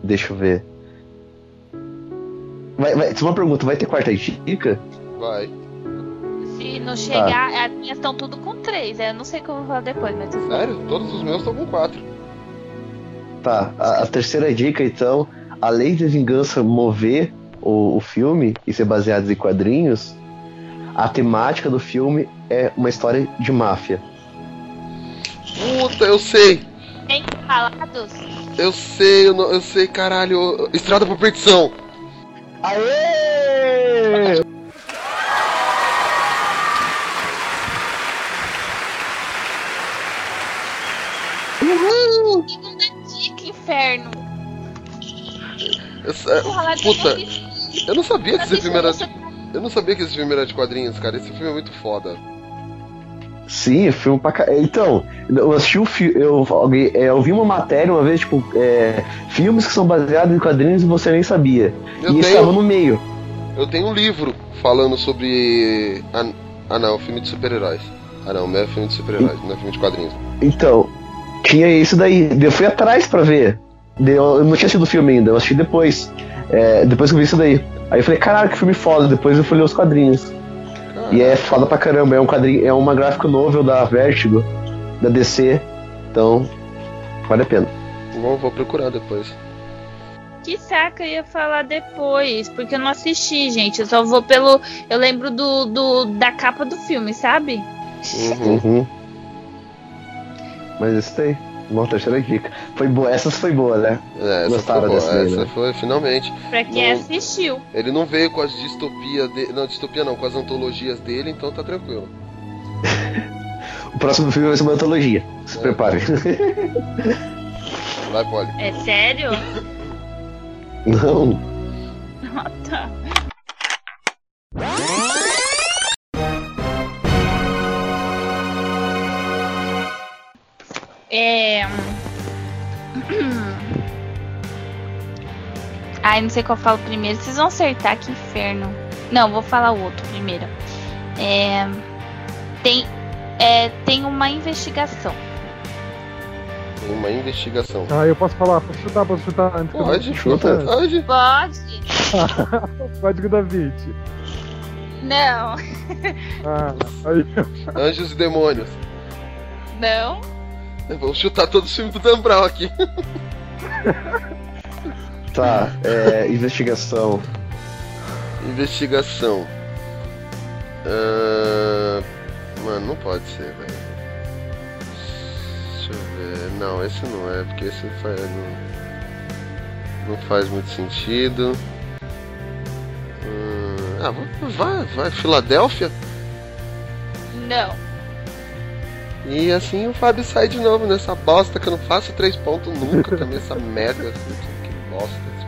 H: Deixa eu ver. Vai, vai, só uma pergunta, vai ter quarta dica?
C: Vai.
B: Se não chegar, as minhas estão tudo com três. É, Eu não sei como eu vou falar depois, mas tudo bem.
C: Sério? Todos os meus estão com quatro.
H: Tá, a, a terceira dica então, além de vingança mover o, o filme e ser baseado em quadrinhos, a temática do filme é uma história de máfia.
C: Puta, eu sei.
B: Tem falados?
C: Eu sei, eu, não- eu sei, caralho. Estrada pra perdição.
H: Aê!
B: Dica, inferno.
C: Eu sa-
B: Porra, lá
C: Puta.
B: tem um
C: eu não sabia que esse filme era.
B: bicho-
C: Eu não sabia que esse filme era de quadrinhos, cara. Esse filme é muito foda.
H: Sim, é filme pra ca... Então, eu assisti o fi... eu, alguém, é, eu vi uma matéria uma vez, tipo, é, filmes que são baseados em quadrinhos e você nem sabia.
C: Eu
H: e
C: tenho.
H: estava no meio.
C: Eu tenho um livro falando sobre. Ah, ah não, filme de super-heróis. Ah não, meu é filme de super-heróis, não é filme de quadrinhos.
H: Então, tinha isso daí. Eu fui atrás pra ver. Daí Eu eu não tinha assistido o filme ainda, eu assisti depois. É, depois que eu vi isso daí. Aí eu falei, caralho, que filme foda. Depois eu fui ler os quadrinhos. E é foda pra caramba, é um quadrinho, é uma gráfica novel da Vertigo, da DC. Então, vale a pena.
C: Vou, vou procurar depois.
B: Que saca eu ia falar depois, porque eu não assisti, gente. Eu só vou pelo. Eu lembro do, do da
C: Hum,
B: capa do filme, sabe?
H: Uhum. Mas esse daí. Uma terceira dica. Foi boa. Essas foi boa, né?
C: É, essa
H: Gostaram
C: foi boa,
H: dessa daí,
C: essa
H: né?
C: foi, finalmente.
B: Pra quem
C: Não.
B: assistiu.
C: Ele não veio com as distopias dele. Não, distopia não, com as antologias dele, então tá tranquilo.
H: O próximo filme vai ser uma antologia.
C: É.
H: Se prepare.
C: Vai, Polly.
B: É sério?
H: Não.
B: Ah, tá. É. Ai, não sei qual eu falo primeiro. Vocês vão acertar, que inferno. Não, vou falar o outro primeiro. É. Tem. É, tem uma investigação.
C: Tem uma investigação.
D: Ah, eu posso falar, posso chutar, posso chutar antes que eu-
C: Pode,
H: Tá, chuta.
C: Pode.
B: Pode?
D: Ah, Código da Vinci.
B: Não.
D: Ah, aí,
C: Anjos e Demônios.
B: Não.
C: Vamos chutar todo o filme do Dan Brown aqui.
H: Tá. É, investigação.
C: Investigação. Ahn, Mano, não pode ser, velho. Deixa eu ver. Não, esse não é, porque esse faz, não, não faz muito sentido. Ahn, Ah, vamos- vai, vai, Filadélfia.
B: Não.
C: E assim o Fábio sai de novo nessa bosta que eu não faço três pontos nunca também, essa merda. assim, Que bosta. esse-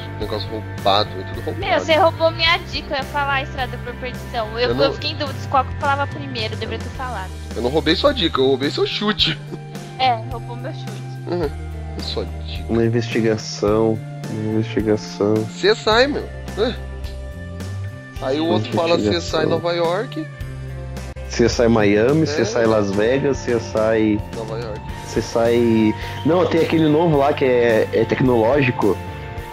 C: esse Negócio roubado, é tudo roubado.
B: Meu, você roubou minha dica, eu ia falar a estrada por perdição. Eu,
C: Eu não-
B: eu fiquei em dúvida de qual que eu falava primeiro, eu deveria ter falado.
C: Eu não roubei sua dica, eu roubei seu chute.
B: É, roubou meu chute.
C: Sua dica.
H: Uma investigação. Uma investigação.
C: CSI, meu. Hã? Aí o outro fala CSI Nova York.
H: Você sai Miami,
C: É.
H: você sai Las Vegas, você sai.
C: Nova York.
H: Você sai. Não, tem aquele novo lá que é, é tecnológico.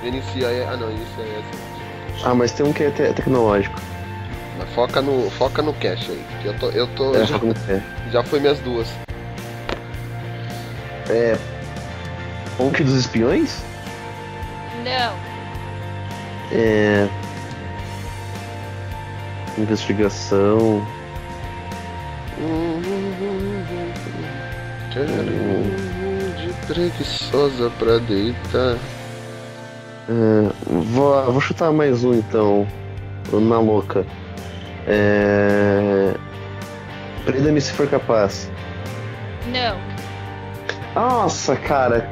C: NCIS. Ah não, NCIS.
H: Ah, mas tem um que é te- tecnológico.
C: Mas foca no, foca no cash aí. que Eu tô. Eu tô
H: É,
C: já,
H: só que não é.
C: já foi minhas duas.
H: Ponte Um é dos Espiões?
B: Não,
H: É. Investigação.
C: Tcharam, De preguiçosa pra deitar.
H: É, vou, vou chutar mais um então. Na louca. É. Prenda-me se for capaz.
B: não.
H: Nossa, cara.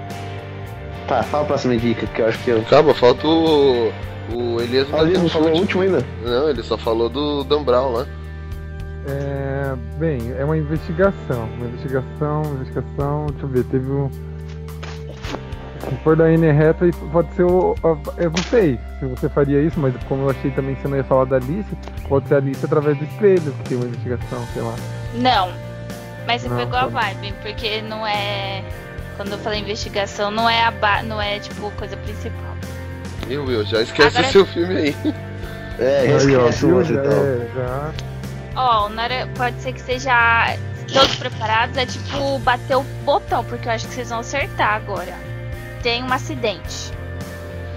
H: Tá, fala a próxima dica, que eu acho que eu.
C: Calma, falta o. O Elias
H: Ah, ele não falou o
C: chute.
H: último ainda.
C: Não, ele só falou do Dan Brown lá.
D: é, bem, é uma investigação. Uma investigação, investigação. Deixa eu ver, teve um. Se for da N reta, pode ser o. a- Eu não sei se você faria isso, mas como eu achei também que você não ia falar da Alice, pode ser a Alice através do espelho, que tem uma investigação, sei lá.
B: Não. Mas você
D: Não,
B: pegou a
D: tá bom.
B: vibe, porque não é. Quando eu falei investigação, não é a ba... não é tipo coisa principal.
C: E Will, já esquece
B: Agora-
C: seu filme aí.
H: É,
D: Aí, ó,
H: esquece o
D: viu?
H: outro
D: Já,
H: então.
D: é, já.
B: Ó, na hora- pode ser que seja. Todos preparados, é tipo bater o botão, porque eu acho que vocês vão acertar agora. Tem um acidente.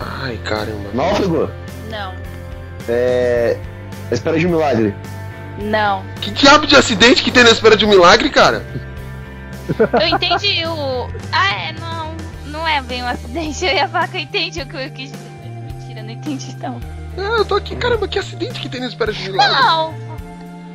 C: Ai,
H: É.
C: caramba.
H: Náufrago?
B: Não,
H: É. A Espera de um milagre.
B: não.
C: Que diabo de acidente que tem na espera de um milagre, cara?
B: Eu entendi o. Ah, é, não. Não é bem um acidente. Eu ia falar que eu entendi o que eu quis dizer. Mentira, não entendi não.
C: Ah, eu tô aqui, caramba, que acidente que tem na espera de um milagre?
B: Não!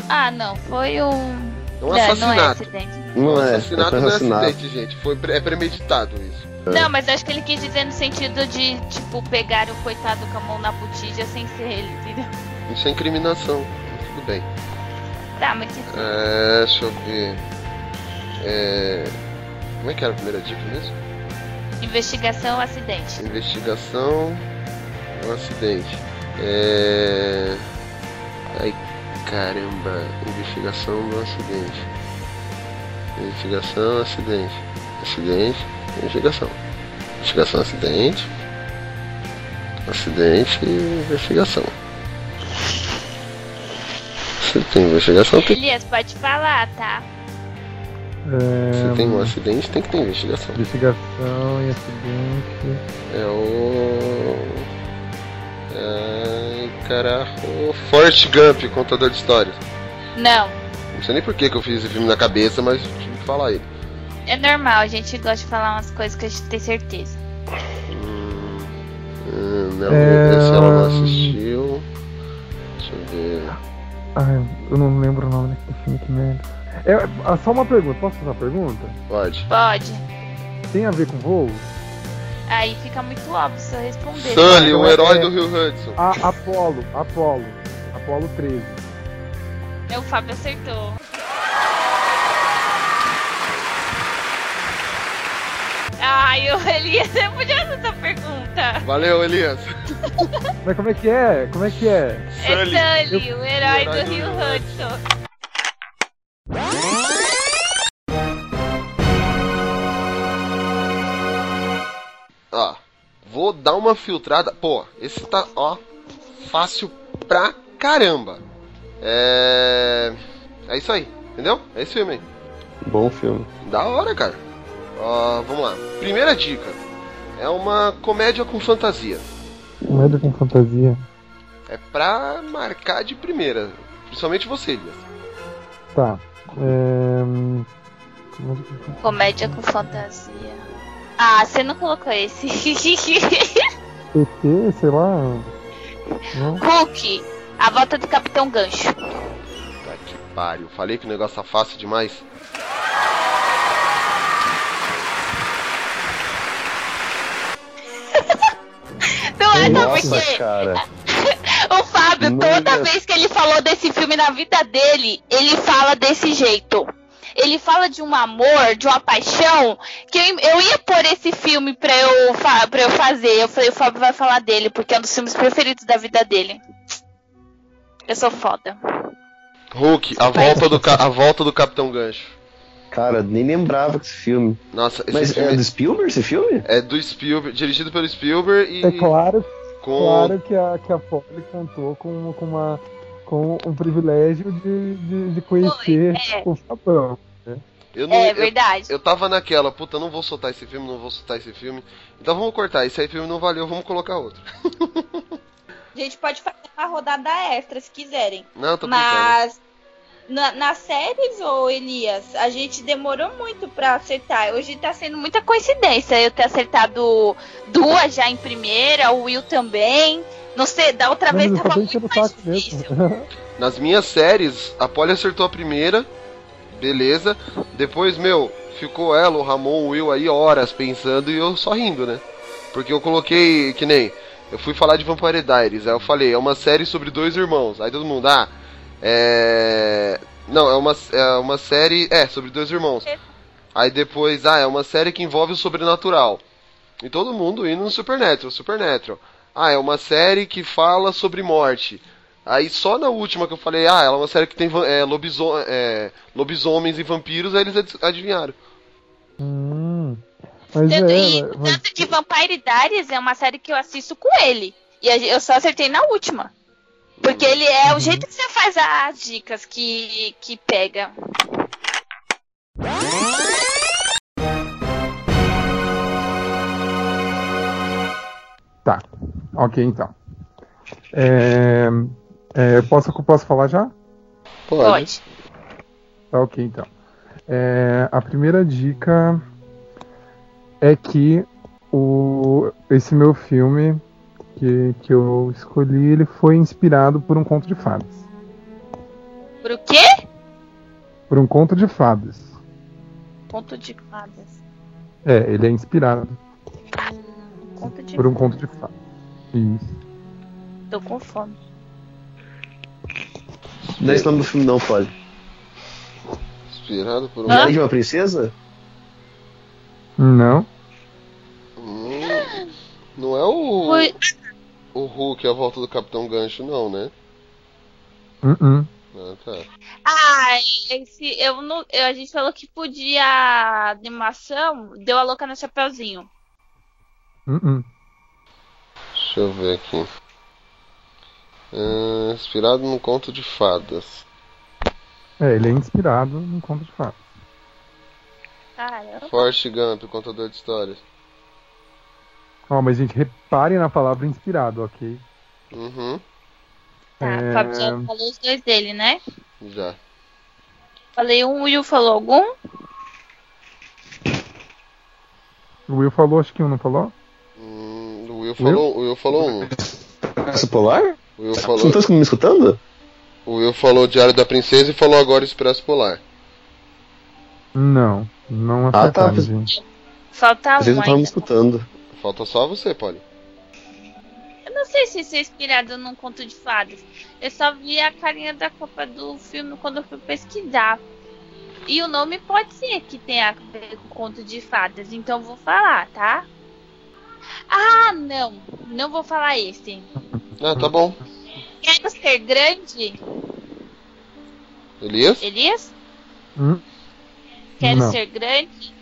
B: Ah, não. Foi um.
C: É um
B: não, não é
C: assassinato.
B: acidente.
H: Não é.
C: assassinato
H: é
C: não é
H: assassinato.
C: acidente, gente. Foi, pre- é premeditado isso.
B: Não, mas acho que ele quis dizer no sentido de, tipo, pegar o coitado com a mão na botija sem ser ele, entendeu?
C: Isso é incriminação. Mas Tudo bem.
B: Tá, mas que.
C: É, deixa eu ver. É. Como é que era a primeira dica mesmo?
B: Investigação, é um acidente.
C: Investigação. Um acidente. É. Ai, caramba. Investigação do acidente. Investigação, acidente. Acidente, investigação. Investigação, acidente. Acidente e investigação. Você tem investigação, tem.
B: Elias, pode falar, tá?
C: Você
D: É,
C: tem um acidente, tem que ter investigação.
D: investigação e acidente.
C: É o. Ai, caraca. Forrest Gump, contador de histórias.
B: Não.
C: Não sei nem por que, que eu fiz esse filme na cabeça, mas tive que falar ele.
B: É normal, a gente gosta de falar umas coisas que a gente tem certeza.
C: Hum, Não, vamos ver se ela não assistiu. Deixa eu ver.
D: Ai, eu não lembro o nome daquele filme, que merda. É, ah, só uma pergunta, posso fazer uma pergunta?
C: Pode.
B: Pode.
D: Tem a ver com voo?
B: Aí fica muito óbvio se eu responder.
C: Sully, o
D: é-
C: herói do Rio Hudson.
D: A Apolo, Apolo, Apolo 13.
B: É, O Fábio acertou. Ai, o Elias, eu podia fazer essa pergunta.
C: Valeu, Elias.
D: Mas como é que é? Como é que é?
B: É Sully, o herói do Rio Hudson.
C: Ó, vou dar uma filtrada. Pô, esse tá, ó, fácil pra caramba. É. É isso aí, entendeu? É esse filme aí.
H: Bom filme.
C: Da hora, cara. Ó, vamos lá. Primeira dica: é uma comédia com fantasia.
D: Comédia com fantasia.
C: É pra marcar de primeira. Principalmente você, Elias.
D: Tá. É... hum, comédia
B: Comédia
D: com fantasia.
B: com fantasia. Ah, você não colocou esse.
D: PT, sei lá. Não?
B: Hulk, a volta do Capitão Gancho.
C: Tá que pariu. Falei que o negócio tá fácil demais.
B: Não é só
H: Nossa,
B: porque
H: cara.
B: o Fábio,
H: Meu
B: toda
H: Deus.
B: vez que ele falou desse filme na vida dele, ele fala desse jeito. Ele fala de um amor, de uma paixão, que eu, eu ia pôr esse filme pra eu, fa- pra eu fazer. Eu falei, o Fábio vai falar dele, porque é um dos filmes preferidos da vida dele. Eu sou foda.
C: Hulk, a volta do, ca- a volta do Capitão Gancho.
H: Cara, nem lembrava desse filme.
C: Nossa, esse
H: Mas
C: filme
H: é do Spielberg esse filme?
C: é do Spielberg, dirigido pelo Spielberg e
D: É claro,
C: com
D: claro que a, que a Polly cantou com, com uma. Com um privilégio de, de, de conhecer
B: Foi, é.
D: o Fabão.
C: eu não,
B: É
C: eu,
B: verdade.
C: eu tava naquela, puta, não vou soltar esse filme, não vou soltar esse filme. Então vamos cortar, esse aí filme não valeu, vamos colocar outro.
J: A gente pode fazer uma rodada extra se quiserem.
C: Não, tô brincando.
J: Mas na, nas séries, ô Elias, a gente demorou muito pra acertar. Hoje tá sendo muito.
B: Muita coincidência eu ter acertado duas já em primeira, o Will também. Não sei, da outra
D: Mas
B: vez
D: eu
B: tava
D: acabei
B: muito
D: enchendo o
B: mais
D: saco mesmo.
B: difícil.
C: Nas minhas séries, a Polly acertou a primeira, beleza. Depois, meu, ficou ela, o Ramon, o Will aí horas pensando e eu só rindo, né? Porque eu coloquei, que nem, eu fui falar de Vampire Diaries, aí eu falei, é uma série sobre dois irmãos. Aí todo mundo, ah, é. Não, é uma, é uma série. É, sobre dois irmãos. Aí depois, ah, é uma série que envolve o sobrenatural. E todo mundo indo no Supernatural, Supernatural. Ah, é uma série que fala sobre morte. Aí só na última que eu falei, ah, ela é uma série que tem va- é, lobiso- é, lobisomens e vampiros, aí eles ad- adivinharam.
D: Hum. Mas
B: Tanto, e
D: é,
B: o
D: mas-
B: tanto de Vampire Diaries é uma série que eu assisto com ele. E a- eu só acertei na última. Porque ele é
D: Uhum.
B: o jeito que você faz as dicas que, que pega.
D: Tá. Ok, então. É, é, posso, posso falar já?
B: Pode.
D: Tá ok, então. É, a primeira dica é que o, esse meu filme que, que eu escolhi, ele foi inspirado por um conto de fadas.
B: Por o quê?
D: Por um conto de fadas.
B: Ponto de fadas.
D: É, ele é inspirado
B: Conto de
D: por um conto de fadas. Isso.
B: Tô com fome.
H: Não é esse nome do filme, não, pode.
C: Inspirado por um.
B: Ah.
H: Diário de uma Princesa?
D: Não?
C: Hum, Não é o.
B: Ui.
C: O Hulk, a volta do Capitão Gancho, não, né?
D: Uh -uh.
C: Ah, tá.
B: Ah, esse, eu não, eu- a gente falou que podia a animação, deu a louca no Chapeuzinho.
D: Uh -uh.
C: Deixa eu ver aqui. Ah, inspirado num conto de fadas.
D: É, ele é inspirado num conto de fadas.
B: Caramba.
C: Forrest Gump, contador de histórias.
D: Ó, mas gente, reparem na palavra inspirado, ok?
C: Uhum,
B: Tá,
D: É.
B: o Fábio já falou os dois dele, né?
C: já.
B: Falei um, o Will falou algum?
D: O Will falou, acho que um, não falou?
C: Hum, o Will falou, o Will falou um.
H: Essa polar?
C: O Will
H: Você não
C: falou,
H: tá me escutando?
C: o Will falou Diário da Princesa e falou agora Expresso Polar.
D: Não. Não
H: Ah, tá.
D: acertaram, gente.
B: Falta
H: Vocês
B: um
H: não estavam me
B: ainda.
H: escutando.
C: Falta só você, Polly.
B: Eu não sei se isso é inspirado num conto de fadas. Eu só vi a carinha da capa do filme quando eu fui pesquisar. E o nome pode ser que tenha a ver com conto de fadas, então eu vou falar, tá? Ah, não! Não vou falar esse.
C: Ah, tá bom.
B: Quero ser grande,
C: Elias?
B: Elias?
D: Hum?
B: Quero
D: Não.
B: ser grande?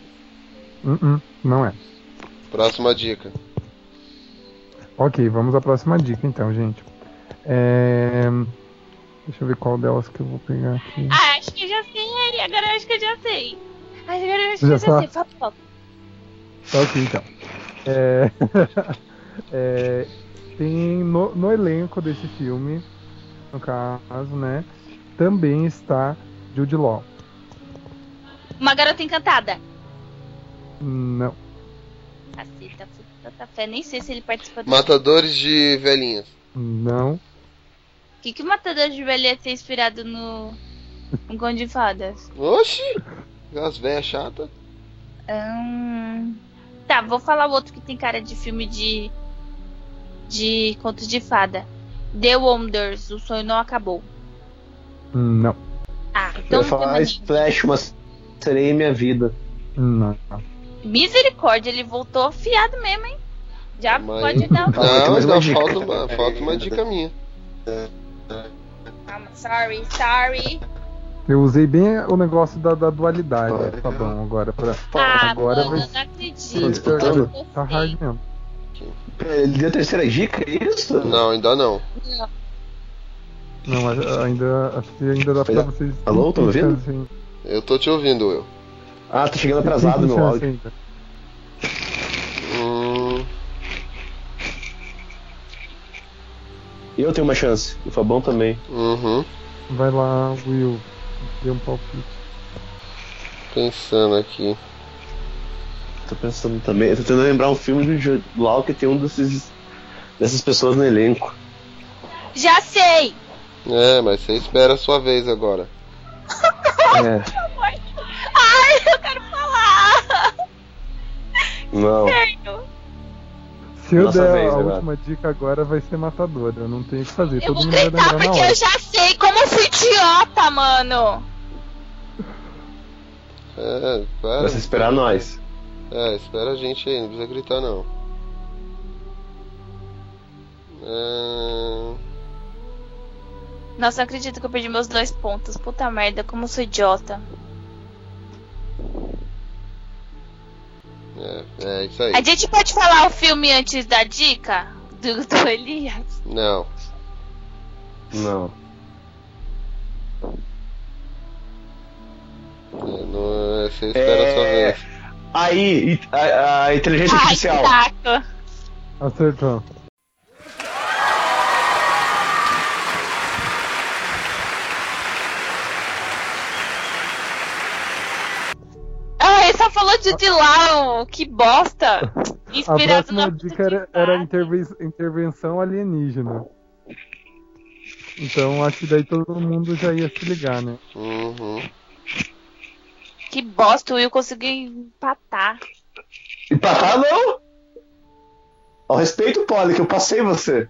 D: Hum, hum, não é.
C: Próxima dica.
D: Ok, vamos à próxima dica então, gente. É, Deixa eu ver qual delas que eu vou pegar aqui.
B: Ah, acho que eu já sei, agora eu acho que eu já sei. Agora eu acho que
D: Já
B: eu já
D: tá?
B: sei. Fala, fala.
D: Tá ok, então. É, é, Tem no, no elenco desse filme, no caso, né? Também está Jude Law.
B: Uma garota encantada.
D: Não.
B: Caceta, fui com tanta tá fé. Nem sei se ele participou do
C: Matadores de velhinhas.
D: Não.
B: O que, que o Matador de Velha ia ser inspirado no. Um Conto de Fadas?
C: Oxi! As velhas chatas.
B: Ahn, Tá, vou falar o outro que tem cara de filme de. de Conto de Fada. The Wonders, o sonho não acabou.
D: Não.
B: Ah,
H: Eu
B: então.
H: ia falar ah, Splash, mas serei minha vida.
D: Não.
B: Misericórdia, ele voltou afiado mesmo, hein? Já
C: Mas-
B: pode dar
H: Ah, tem
C: Não,
H: mais
C: ainda
H: uma dica.
C: falta uma, falta uma dica minha.
B: I'm Ah, sorry, sorry.
D: Eu usei bem o negócio da, da dualidade, tá bom, agora. Pra...
B: Ah,
D: agora
B: mano,
D: vai-
B: eu não
H: Tô
B: acredito.
H: disputando.
B: Eu
D: Tá
B: sei.
D: hard mesmo.
H: Ele deu a terceira dica, é isso?
C: Não, ainda não.
B: Não,
D: Não, mas uh, ainda, acho que ainda dá pra vocês.
H: Alô, tô me ouvindo?
D: Sim,
C: Eu tô te ouvindo, Will.
H: Ah, tá chegando atrasado
D: sim,
H: meu
D: sim,
H: áudio.
D: sim.
C: Hum,
H: Eu tenho uma chance. O Fabão também.
C: uhum.
D: Vai lá, Will. Dê um palpite.
C: Pensando aqui.
H: Tô pensando também. Eu tô tentando lembrar um filme do Jude Law que tem um desses. dessas pessoas no elenco.
B: Já sei!
C: É, mas você espera a sua vez agora.
H: É.
B: Ai, eu quero falar!
H: Não.
B: Certo.
D: Se eu
H: Nossa
D: der
H: vez
D: a
H: agora.
D: última dica agora, vai ser matadora. Eu não tenho o que fazer.
B: Eu
D: Todo
B: vou
D: mundo vai
B: gritar
D: lembrar na
B: porque
D: hora.
B: eu já sei como eu fui idiota, mano.
C: É, espera.
H: Vai se esperar nós.
C: É, espera a gente aí, não precisa gritar não. É...
B: Nossa, não acredito que eu perdi meus dois pontos. Puta merda, como eu sou idiota.
C: É, é isso aí.
B: A gente pode falar o filme antes da dica? Do, do Elias?
C: Não.
H: Não.
C: é, não é, você espera a sua
H: É.
C: vez.
H: Aí, i- a, a inteligência
B: Ai, que
H: artificial.
B: saco.
D: Acertou.
B: Ah, ele só falou de Dilau. Que bosta.
D: A
B: Inspirado na
D: próxima dica era, era interven- intervenção alienígena. Então acho que daí todo mundo já ia se ligar, né?
C: Uhum.
B: Que bosta, o Will conseguiu empatar.
H: Empatar não! Ao respeito, Polly, que eu passei você.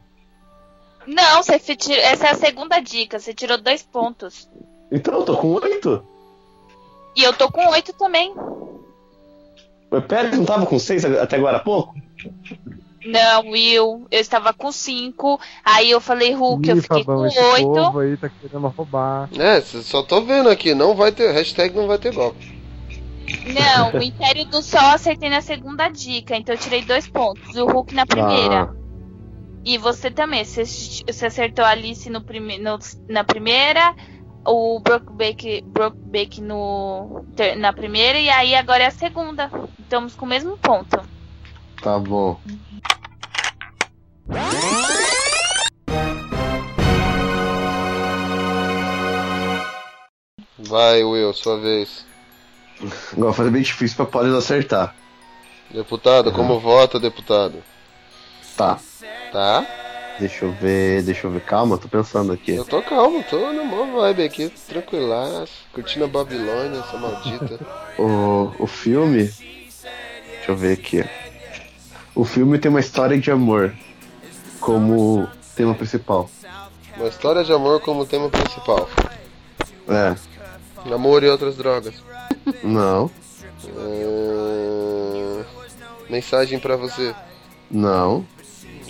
B: Não, você fi- tir- essa é a segunda dica. Você tirou dois pontos.
H: Então, eu tô com oito.
B: E eu tô com oito também.
H: Mas pera, eu não tava com seis até agora há pouco?
B: Não, Will, eu estava com cinco. Aí eu falei, Hulk, eu
D: Ih,
B: fiquei
D: Fabão,
B: com
D: esse
B: oito.
D: povo aí tá querendo roubar.
C: É, cê- só tô vendo aqui, não vai ter. Hashtag não vai ter golpe.
B: Não, o Império do Sol eu acertei na segunda dica, então eu tirei dois pontos. O Hulk na primeira. E você também. Você, você acertou a Alice no prime, no- na primeira, o Brokeback, Brokeback no, ter- na primeira, e aí agora é a segunda. Estamos com o mesmo ponto.
C: Tá bom. Vai, Will, sua vez.
H: Agora foi bem difícil pra Polly não acertar.
C: Deputado, como vota, deputado?
H: Tá.
C: Tá?
H: Deixa eu ver, deixa eu ver. Calma, tô pensando aqui.
C: Eu tô calmo, tô na mó vibe aqui, tranquilaço, curtindo a Babilônia, essa maldita.
H: O, o filme. Deixa eu ver aqui. O filme tem uma história de amor como tema principal.
C: Uma história de amor como tema principal.
H: É.
C: Amor e outras drogas.
H: Não,
C: Ahn, Ah, Mensagem pra você.
H: não.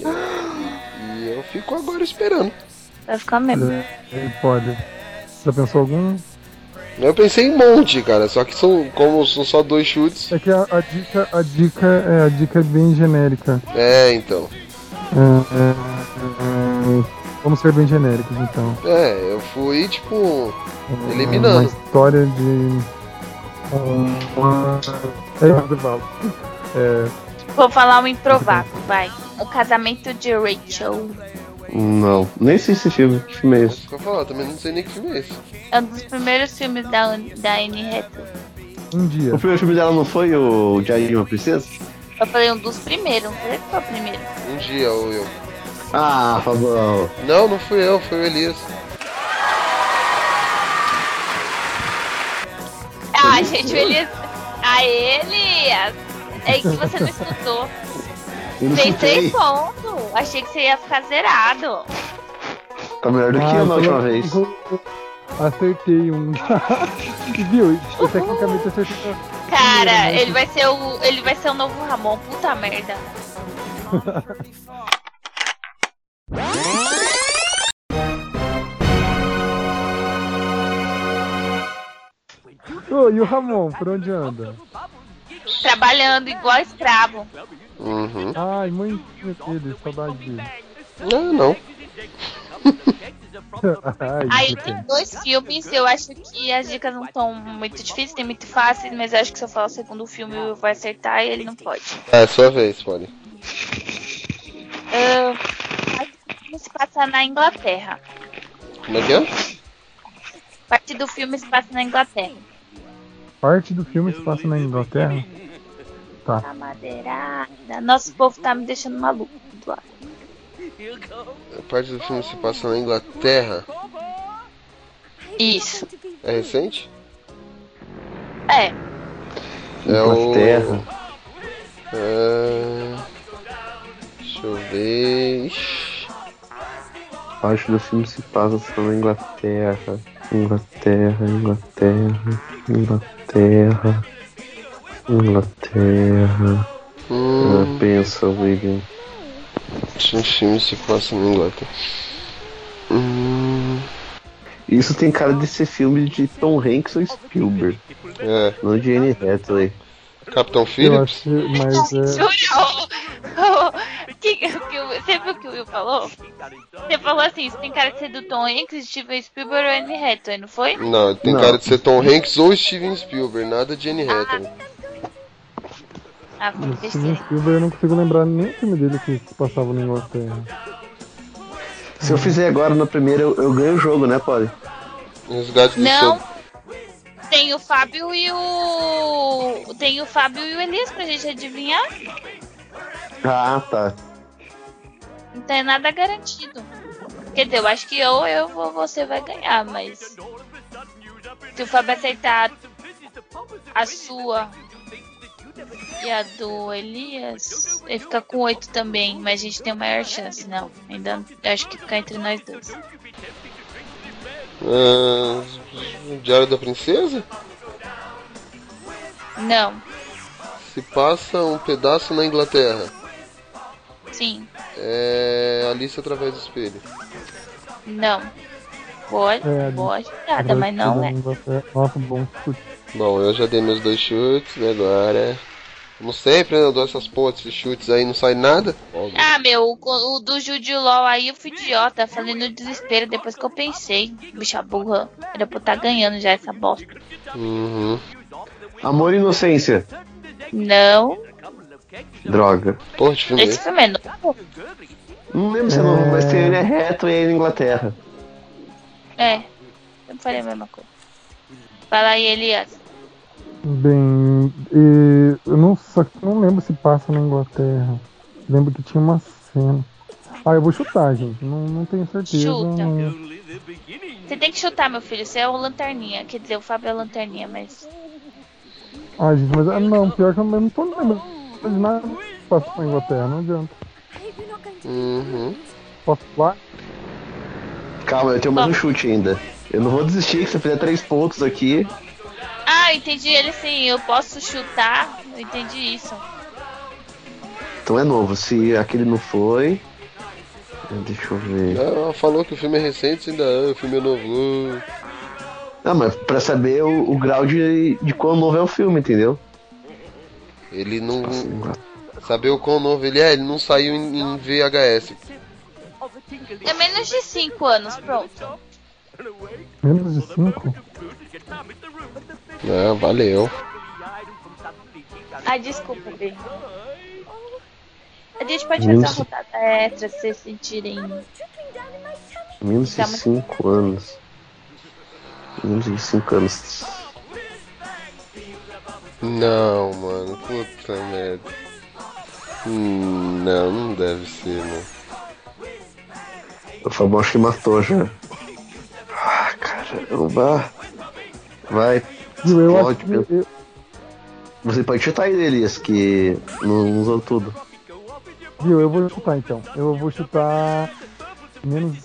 C: E eu fico agora esperando.
B: Vai ficar mesmo.
D: Ele pode. Já pensou algum?
C: Eu pensei em um monte, cara, só que são como são só dois chutes.
D: É que a, a dica, a dica, é, a dica é bem genérica.
C: É, então.
D: É, é, é, vamos ser bem genéricos então.
C: É, eu fui tipo
D: É, Uma
C: eliminando.
D: história de. Uma... É, Durval. É,
B: Vou falar um improvável, vai. O casamento de Rachel.
H: Não. Nem sei se filme. Que filme é esse?
C: Isso que eu ia falar, também não sei nem que filme é esse.
B: É um dos primeiros filmes da, da Anne Hathaway.
D: um dia.
H: O primeiro filme dela não foi o Diário de uma Princesa?
B: Eu falei um dos primeiros, não falei que foi o primeiro.
C: Um dia ou eu.
H: Ah, Fabão.
C: Não, não fui eu, foi o Elias.
B: Ah, gente, o Elias... Aê, Elias! É que você não escutou.
H: Eu não
B: Tem três
H: chutei.
B: pontos. Achei que você ia ficar zerado.
H: Tá melhor do que
D: Ah,
H: eu na
D: então
H: última
D: eu-
H: vez.
D: Acertei um. Viu? Eu tecnicamente acertei.
B: Cara, ele vai ser o. Ele vai ser o novo Ramon, puta merda.
D: um. Ô, e o Ramon, por onde anda?
B: Trabalhando igual escravo.
C: Uhum.
D: Ai, mãe dele, saudade dele.
C: Não, Ah, não.
D: Ai,
B: Aí
D: que
B: tem
D: pena.
B: dois filmes, eu acho que as dicas não estão muito difíceis, tem muito fáceis, mas eu acho que se eu falar o segundo filme eu vou acertar e ele não pode.
C: É, sua vez, Polly.
B: Ahn, mas o filme se passa na Inglaterra.
C: Como é que é?
B: Parte do filme se passa na Inglaterra.
D: Parte do filme se passa na Inglaterra.
B: A madeirada. Nossa, o povo tá me deixando maluco. Eduardo.
C: A parte do filme se passa na Inglaterra.
B: Isso.
C: É recente?
B: É.
C: É o.
H: Inglaterra.
C: É... Deixa eu ver. Ixi.
H: Parte do filme se passa só na Inglaterra. Inglaterra, Inglaterra, Inglaterra. Inglaterra. Ah,
C: Hum,
H: pensa, William.
C: o filme se passa na Inglaterra. Hum,
H: Isso tem cara de ser filme de Tom Hanks ou Spielberg,
C: é.
H: não de Anne Hathaway.
C: Capitão
D: Eu
C: Phillips?
D: acho, mas é.
B: Juro! que, que, o- você viu o que o Will falou? Você falou assim, isso tem cara de ser do Tom Hanks, Steven Spielberg ou Anne Hathaway, não foi?
C: Não, tem
H: Não.
C: cara de ser Tom Hanks ou Steven Spielberg, nada de Anne Hathaway.
B: Ah, foi
D: Steven
B: besteira.
D: Spielberg, eu não consigo lembrar nem filme dele que se passava na Inglaterra.
H: Se eu fizer agora na primeira, eu, eu ganho o jogo, né, Polly?
C: Resgate do
B: Não.
C: Soldado.
B: Tem o Fábio e o... Tem o Fábio e o Elias pra gente adivinhar.
H: Ah, tá.
B: Não tem nada garantido. Quer dizer, eu acho que ou eu ou você vai ganhar, mas... Se o Fábio aceitar a sua e a do Elias, ele fica com oito também, mas a gente tem a maior chance, não. Ainda não- eu acho que fica entre nós dois.
C: Ah, Diário da Princesa?
B: Não,
C: Se passa um pedaço na Inglaterra.
B: sim,
C: É. Alice através do espelho.
B: não. Pode,
D: É,
B: pode, nada, mas não
D: Na
B: é.
D: Inglaterra. Nossa, bom chute.
C: Bom, eu já dei meus dois chutes, né? Agora. Como sempre, né, eu dou essas porras, esses chutes aí, não sai nada. Óbvio.
B: Ah, meu, o, co- o do Jude Law aí eu fui idiota, falei no desespero depois que eu pensei. Bicha burra, era pra eu estar ganhando já essa bosta.
C: Uhum.
H: Amor e Inocência.
B: Não,
H: Droga.
C: Porra, de filme.
B: esse
C: esse?
B: filme é novo.
H: Não lembro se é novo, mas tem Anne Hathaway na Inglaterra.
B: É, eu falei a mesma coisa. Fala aí, Elias.
D: Bem, e eu não, só que eu não lembro se passa na Inglaterra. Lembro que tinha uma cena. Ah, eu vou chutar, gente. Não, não tenho certeza.
B: Chuta.
D: não-
B: Você tem que chutar, meu filho. Você é o Lanterninha. Quer dizer, o Fábio é o Lanterninha, mas.
D: Ah, gente, mas ah, não, pior que eu não tô lembrando de nada que passou na Inglaterra, não adianta.
H: Uhum.
D: Posso pular?
H: Calma, eu tenho mais um chute ainda. Eu não vou desistir que se eu fizer três pontos aqui.
B: Ah, entendi ele sim. Eu posso chutar. Eu entendi isso.
H: Então é novo. Se aquele não foi. eh, Deixa eu ver.
C: Ela falou que o filme é recente, ainda é, o filme é novo.
H: Ah, mas pra saber o, o grau de, de quão novo é o filme, entendeu?
C: Ele não. Saber o quão novo ele é, ele não saiu em, em VHS.
B: É menos de 5 anos, pronto.
D: Menos de 5?
C: Ah, valeu.
B: Ah, desculpa, Bem. A gente pode
H: Menos-
B: fazer uma rodada extra se vocês sentirem.
H: Menos de
B: Tá muito-
H: 5 anos. Menos de 5 anos.
C: Não, mano, puta merda. Hum, não, não deve ser, mano.
H: O Fabão acho que matou já. Ah, caramba. Vai.
D: Viu, eu acho
H: Explode,
D: que
H: meu.
D: eu-
H: Você pode chutar aí, Elias, que não não usou tudo.
D: Viu, eu vou chutar então. Eu vou chutar menos.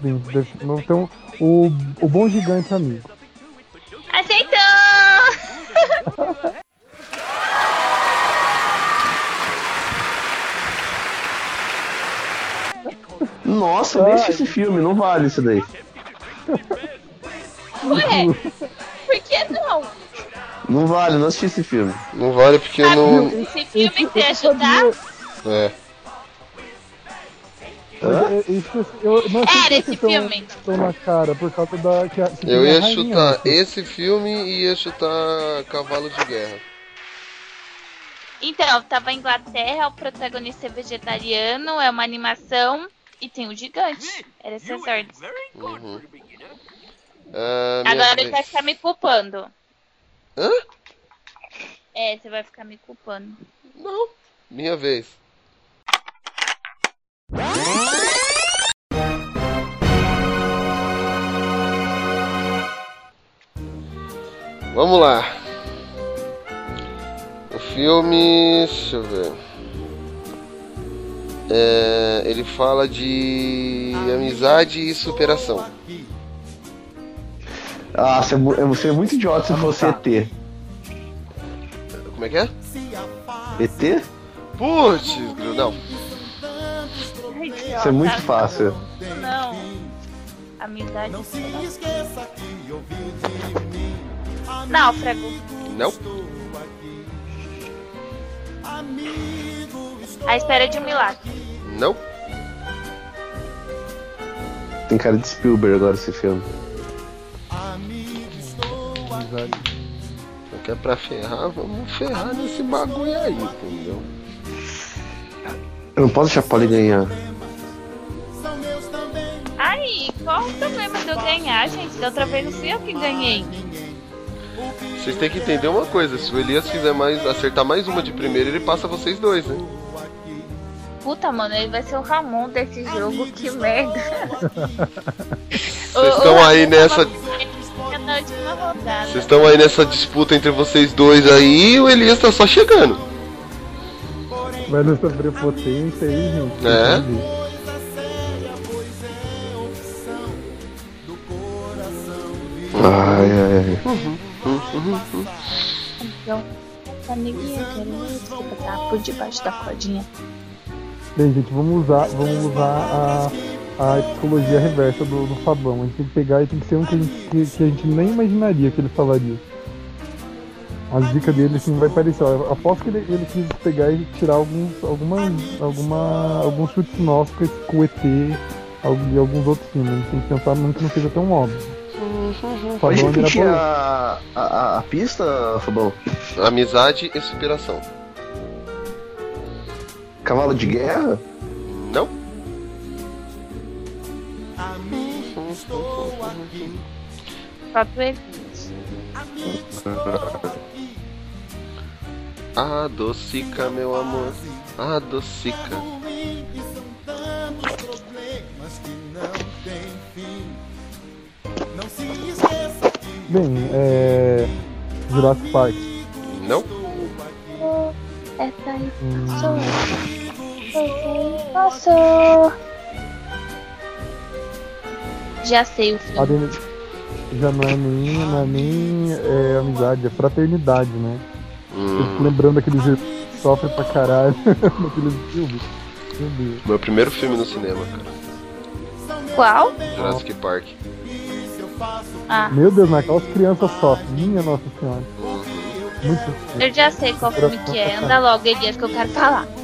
D: Bem, deve- então, o, o Bom Gigante Amigo.
B: Aceitou!
H: Nossa, nem assisti esse filme, não vale isso daí.
B: Ué, por que não?
H: Não vale, não assisti esse filme.
C: Não vale porque eu não.
B: Esse filme que você ia chutar
C: É.
D: Mas, é, isso que eu, eu não sei
B: era
D: se
B: esse
D: vocês estão-
B: filme. então.
D: estão na cara, por causa da. Que a, que tem
C: Eu
D: a
C: ia
D: rainha. né?
C: chutar esse filme e ia chutar Cavalo de Guerra.
B: Então, tava em Inglaterra, o protagonista é vegetariano, é uma animação e tem o gigante. Era esse as ordens.
C: Uhum. Ah, minha
B: Agora ele
C: vez.
B: vai ficar me culpando.
C: Hã?
B: É, você vai ficar me culpando.
C: Não. Minha vez. Vamos lá. O filme. Deixa eu ver. É, ele fala de amizade e superação.
H: Ah, você é, mu- você é muito idiota se fosse ET.
C: Como é que é?
H: ET?
C: Putz, grilo, não.
H: Isso é muito fácil.
B: Não. Amizade. Náufrago.
C: Não.
B: A espera de um milagre.
C: Não.
H: Tem cara de Spielberg agora esse filme.
C: Não quer pra ferrar? Vamos ferrar nesse bagulho aí, entendeu?
H: Eu não posso deixar a Polly ganhar.
B: Ai, qual o problema de eu ganhar, gente? Da outra vez não fui eu que ganhei.
C: Vocês têm que entender uma coisa, se o Elias fizer mais, acertar mais uma de primeira, ele passa vocês dois, né?
B: Puta, mano, ele vai ser o Ramon desse jogo, que merda.
C: Vocês estão aí nessa.
B: Na última rodada.
C: Vocês estão aí nessa disputa entre vocês dois aí e o Elias tá só chegando.
D: Vai nessa prepotência aí, gente.
C: É.
D: Entendi.
H: Ai, ai, ai.
B: Então, essa amiguinha, eu quero ver se você tá por debaixo da cordinha.
D: Bem, gente, vamos usar, vamos usar a, a psicologia reversa do, do Fabão. A gente tem que pegar e tem que ser um que a gente, que, que a gente nem imaginaria que ele falaria. As dicas dele assim vai parecer. ó, eu aposto que ele, ele quis pegar e tirar alguns, algumas, alguma, alguns chutes nossos com esse- com o ET al- e alguns outros filmes. A gente tem que pensar num que não seja tão óbvio.
H: Pode
D: Fabão é
H: repetir
D: mirabolante.
H: a, a, a- a pista, Fabão?
C: Amizade e superação.
H: Cavalo de guerra?
C: Não?
B: é Só tu ele.
C: Adocica, meu amor. Adocica.
G: ruim e são tantos problemas que não tem fim. Não se esqueça que
D: Bem, é. Jurassic Park.
C: Não?
K: Essa aí sou eu. Passou.
B: Já sei o
D: A
B: filme.
D: Dani já não é nem, não é nem é, amizade, é fraternidade, né? Eu fico lembrando daquele jeito que sofre pra caralho naquele filme. Meu Deus.
C: Meu primeiro filme no cinema, cara.
B: Qual?
C: Jurassic Park.
B: Ah,
D: Meu Deus, mas aquelas crianças sofrem. Minha Nossa Senhora. Muito. Ah,
B: eu já sei qual filme que é. Anda logo, Elias, que eu quero falar.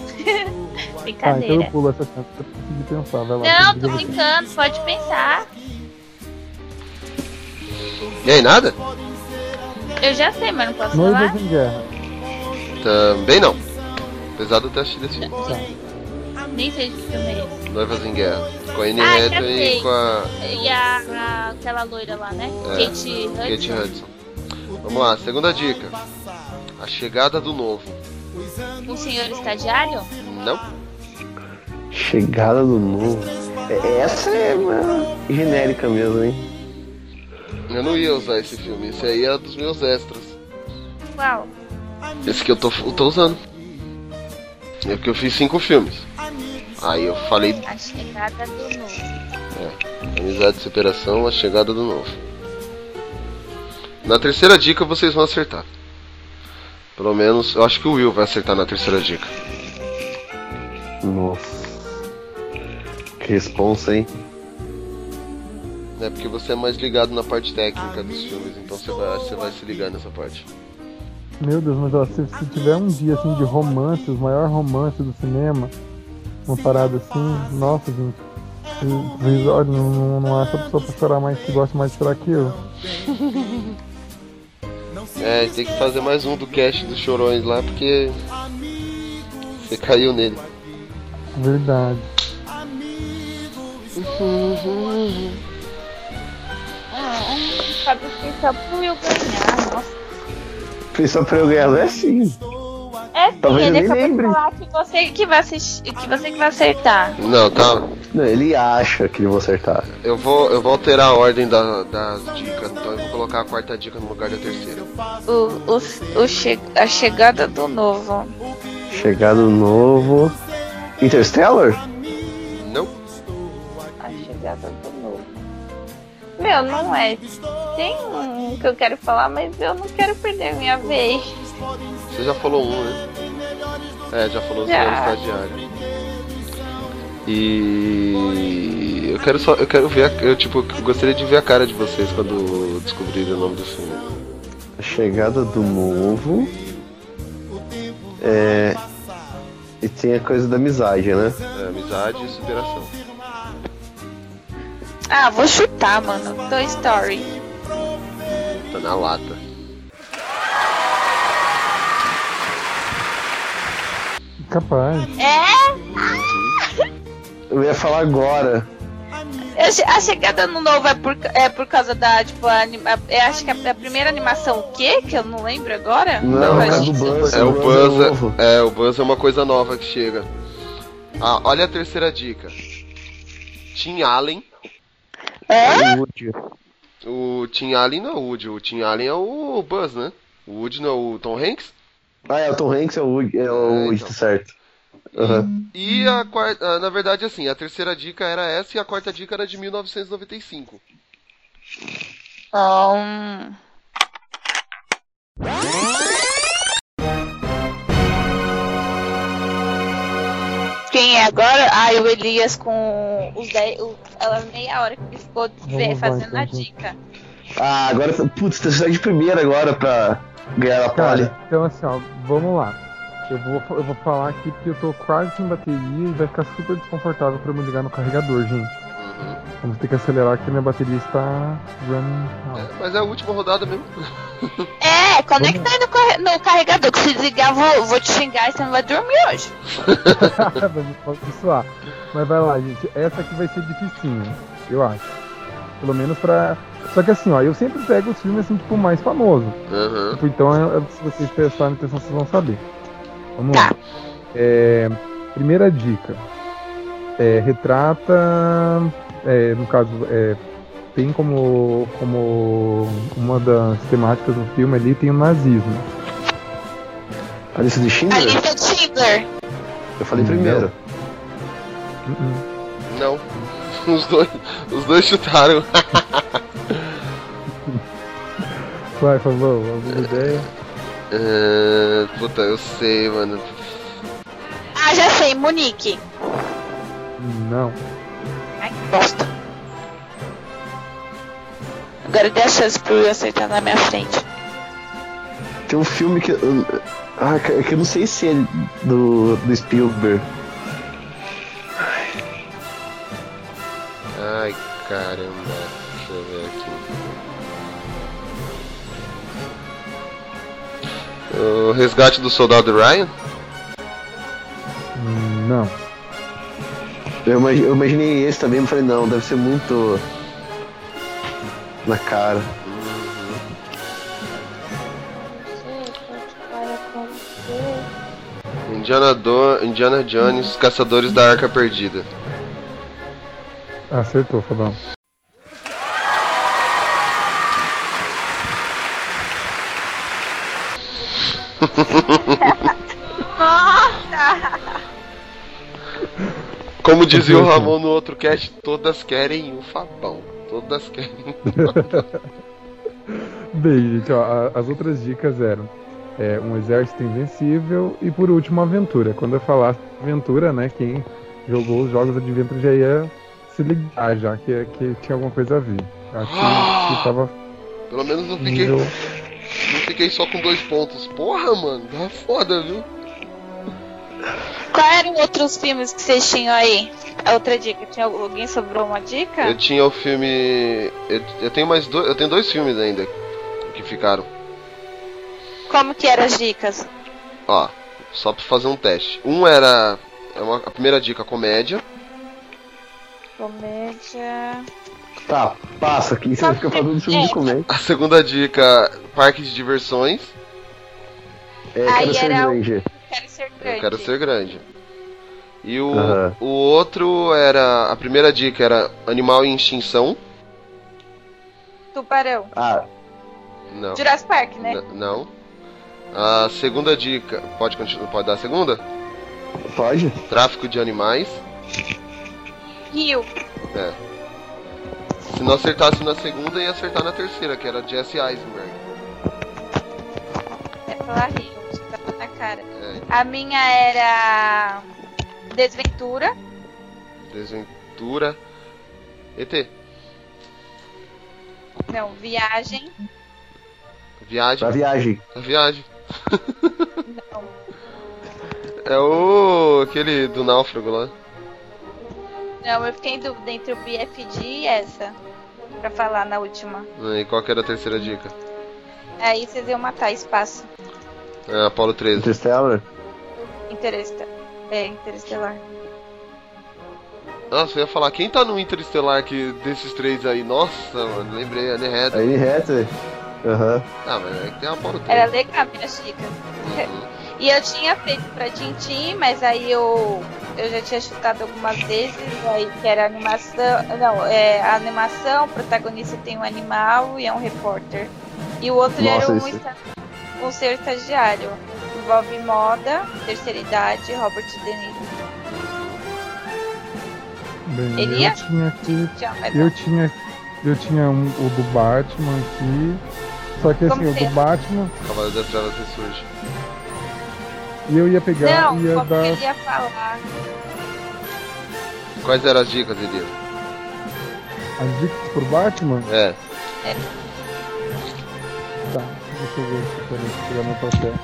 D: Tá, então
C: Ah,
B: Brincadeira.
D: eu pulo essa chance pra conseguir pensar, vai lá.
B: Não, tá
D: diga
B: tô
D: você.
B: brincando, pode pensar.
C: E aí, nada?
B: Eu já sei, mas não posso falar.
D: Noivas em guerra.
C: Também não. Apesar de eu ter assistido esse filme.
B: Nem sei de que filme é esse.
C: Noivas em Guerra. Com a Anne
B: Ah, já
C: Hathaway
B: sei.
C: e com a
B: E a, a- aquela loira lá, né?
C: É,
B: Kate Hudson.
C: Kate Hudson. Vamos lá, segunda dica. A chegada do novo.
B: Um senhor estagiário?
C: Não?
H: Chegada do novo. É- Essa é uma genérica mesmo, hein?
C: Eu não ia usar esse filme. Esse aí era dos meus extras.
B: Qual?
C: Esse que eu tô, eu tô usando. É porque eu fiz cinco filmes. Aí eu falei
B: A chegada do novo.
C: Amizade, superação, a chegada do novo. Na terceira dica vocês vão acertar. Pelo menos, eu acho que o Will vai acertar na terceira dica.
H: Nossa. Que responsa, hein?
C: É porque você é mais ligado na parte técnica dos filmes, então você vai, você vai se ligar nessa parte.
D: Meu Deus, mas ó, se, se tiver um dia assim de romance, o maior romance do cinema, uma parada assim, nossa, gente. eu- eu- Olha, não, não, não acho a pessoa pra chorar mais que gosta mais de chorar que eu.
C: É, tem que fazer mais um do cast dos chorões lá, porque. Você caiu nele.
D: Verdade.
B: Ah, Fábio fez só pro Will ganhar. Nossa.
H: Fez só pra eu ganhar, não é assim.
B: É sim,
H: Talvez eu
B: ele
H: nem
B: acabou de
H: lembre.
B: falar que você que vai assistir, que você que vai acertar.
C: Não, tá.
H: Não, ele acha que eu vou acertar.
C: Eu vou, eu vou alterar a ordem da- das dicas, então eu vou colocar a quarta dica no lugar da terceira.
B: O, o, o che- a chegada do novo.
H: Chegada do novo. Interstellar?
C: Não?
B: A chegada do novo. Meu, não é. Tem um que eu quero falar, mas eu não quero perder minha vez.
C: Você já falou um, né? É, já falou o
B: Já.
C: senhor estagiário. E eu quero só, eu quero ver, a, eu tipo, eu gostaria de ver a cara de vocês quando descobrirem o nome do filme.
H: Chegada do novo. É. E tem a coisa da amizade, né?
C: É, amizade e superação.
B: Ah, vou chutar, mano. Toy Story.
C: Tá na lata.
D: Capaz.
B: É?
H: Eu ia falar agora.
B: Eu che- A chegada no novo é por, ca- é por causa da, tipo, a, anima- é, acho que a, a primeira animação o quê? Que eu não lembro agora.
H: Não, é
B: Mas-
H: cara do Buzz.
C: É o
H: Buzz é
C: Buzz,
H: novo.
C: é, o Buzz é uma coisa nova que chega. Ah, olha a terceira dica. Tim Allen.
B: É?
H: O Woody.
C: O Tim Allen não é o Woody, o Tim Allen é o Buzz, né? O Woody não é o Tom Hanks?
H: Ah, é o Tom Hanks, é o Woody, é o
C: É,
H: Woody,
C: então.
H: tá certo. Aham.
C: E a quarta, ah, na verdade, assim, a terceira dica era essa e a quarta dica era de 1995.
B: Um... Quem é agora? Ah, o Elias com os 10. o- Ela meia hora que ele ficou ve-
D: lá,
B: fazendo
D: então,
B: a
D: gente.
B: dica.
H: Ah, agora. Putz, tá saindo de primeira agora pra ganhar a pole.
D: Cara, então assim, ó, vamos lá. Eu vou, eu vou falar aqui porque eu tô quase sem bateria e vai ficar super desconfortável pra eu me ligar no carregador, gente.
C: Uhum.
D: Vamos ter que acelerar que minha bateria está running out.
C: É, mas é a última rodada mesmo.
B: É, conecta aí no, corre- no carregador, que se desligar, vou, vou te xingar e você não vai dormir hoje.
H: Hum.
D: Mas eu posso suar. Mas vai lá, gente. Essa aqui vai ser dificinha, eu acho. Pelo menos pra. Só que assim, ó, eu sempre pego os filmes assim, tipo, mais famosos.
C: Aham.
D: Tipo, então é- é- se vocês prestarem atenção, vocês vão saber. Vamos lá. É, primeira dica. É, retrata. é, no caso, é, tem como, como uma das temáticas do filme ali, tem o nazismo.
H: A lista de Schindler?
B: Lista Schindler.
H: Eu falei primeiro.
C: Não. Os dois, os dois chutaram.
D: Vai, Fabão, alguma ideia?
C: Ah, puta, eu sei, mano.
B: Ah, já sei, Monique.
D: Não.
B: Ai, que bosta. Agora dê a chance pro Will acertar na minha frente.
H: Tem um filme que. eu- Ah, cara, que eu não sei se é do, do Spielberg.
C: Ai, caramba. Deixa eu ver aqui. O resgate do soldado Ryan?
D: Não.
H: Eu, imag- eu imaginei esse também, mas falei, não, deve ser muito. Na cara.
C: Indiana, Do Indiana Jones, Caçadores da Arca Perdida.
D: Acertou, Fabão.
B: Nossa!
C: Como dizia o Ramon no outro cast, todas querem o Fabão. Todas querem o Fabão.
D: Bem, gente, ó, a- as outras dicas eram é, um exército invencível e por último aventura. Quando eu falasse aventura, né, quem jogou os jogos de aventura já ia se ligar já que, que tinha alguma coisa a ver. Acho que, que tava
C: Pelo menos não fiquei,
D: nível.
C: não fiquei só com dois pontos. Porra, mano, tá foda, viu?
B: Quais eram outros filmes que vocês tinham aí? A Outra dica. Tinha algum- alguém sobrou uma dica?
C: Eu tinha o filme. Eu, eu tenho mais dois. Eu tenho dois filmes ainda que ficaram.
B: Como que eram as dicas?
C: Ó, só pra fazer um teste. Um era. é uma- a primeira dica, comédia.
B: Comédia.
H: Tá, passa aqui, você fica falando
B: é,
H: de filme de comédia.
C: A segunda dica, parque de diversões.
H: É,
B: Aí quero ser era o-
H: grande.
B: Quero ser
C: Eu
B: grande.
C: quero ser grande. E o,
H: Aham.
C: o outro era. A primeira dica era animal em extinção.
B: Tubarão.
H: Ah.
C: Não.
B: Jurassic Park, né?
C: N- não. A segunda dica. Pode continuar. Pode dar a segunda?
H: Pode?
C: Tráfico de animais.
B: Rio.
C: É. Se não acertasse na segunda, ia acertar na terceira, que era Jesse Eisenberg.
B: É falar Rio. você Tava na cara.
C: É,
B: A minha era. Desventura.
C: desventura. ET,
B: Não, viagem.
C: viagem.
H: A viagem.
C: A viagem. é o. aquele do náufrago lá.
B: Não, eu fiquei em dúvida entre o BFD e essa. Pra falar na última.
C: E qual que era a terceira dica?
B: Aí vocês iam matar espaço.
C: Ah, Apolo 13.
H: Interstellar?
B: Interestelar. É, interestelar.
C: Nossa, eu ia falar, quem tá no Interestelar que, desses três aí? Nossa, mano, lembrei, Anne Hathaway.
H: Aí reto. Aham.
C: Ah, mas é que tem Apolo 13.
B: Era legal minhas dicas. E eu tinha feito pra Tintin, mas aí eu, eu já tinha chutado algumas vezes, aí que era animação. Não, é a animação, o protagonista tem um animal e é um repórter. E o outro
K: Nossa,
B: era um,
K: esse-
B: esta- um ser estagiário. Envolve moda, terceira idade, Robert De Niro.
D: Bem,
B: Ele ia-
D: eu tinha aqui.
B: Tinha, mas
D: Eu
B: não.
D: tinha, eu tinha um- o do Batman aqui. Só que assim,
B: Como
D: o
B: que é?
D: do Batman
C: Cavaleiro das Trevas ressurge.
D: e eu ia pegar
B: Não,
D: e ia
B: como
D: dar.
B: que ele ia falar?
C: Quais eram as dicas, Elias?
D: As dicas pro Batman?
C: É.
D: Tá, deixa eu ver aqui, peraí, deixa eu pegar meu papel.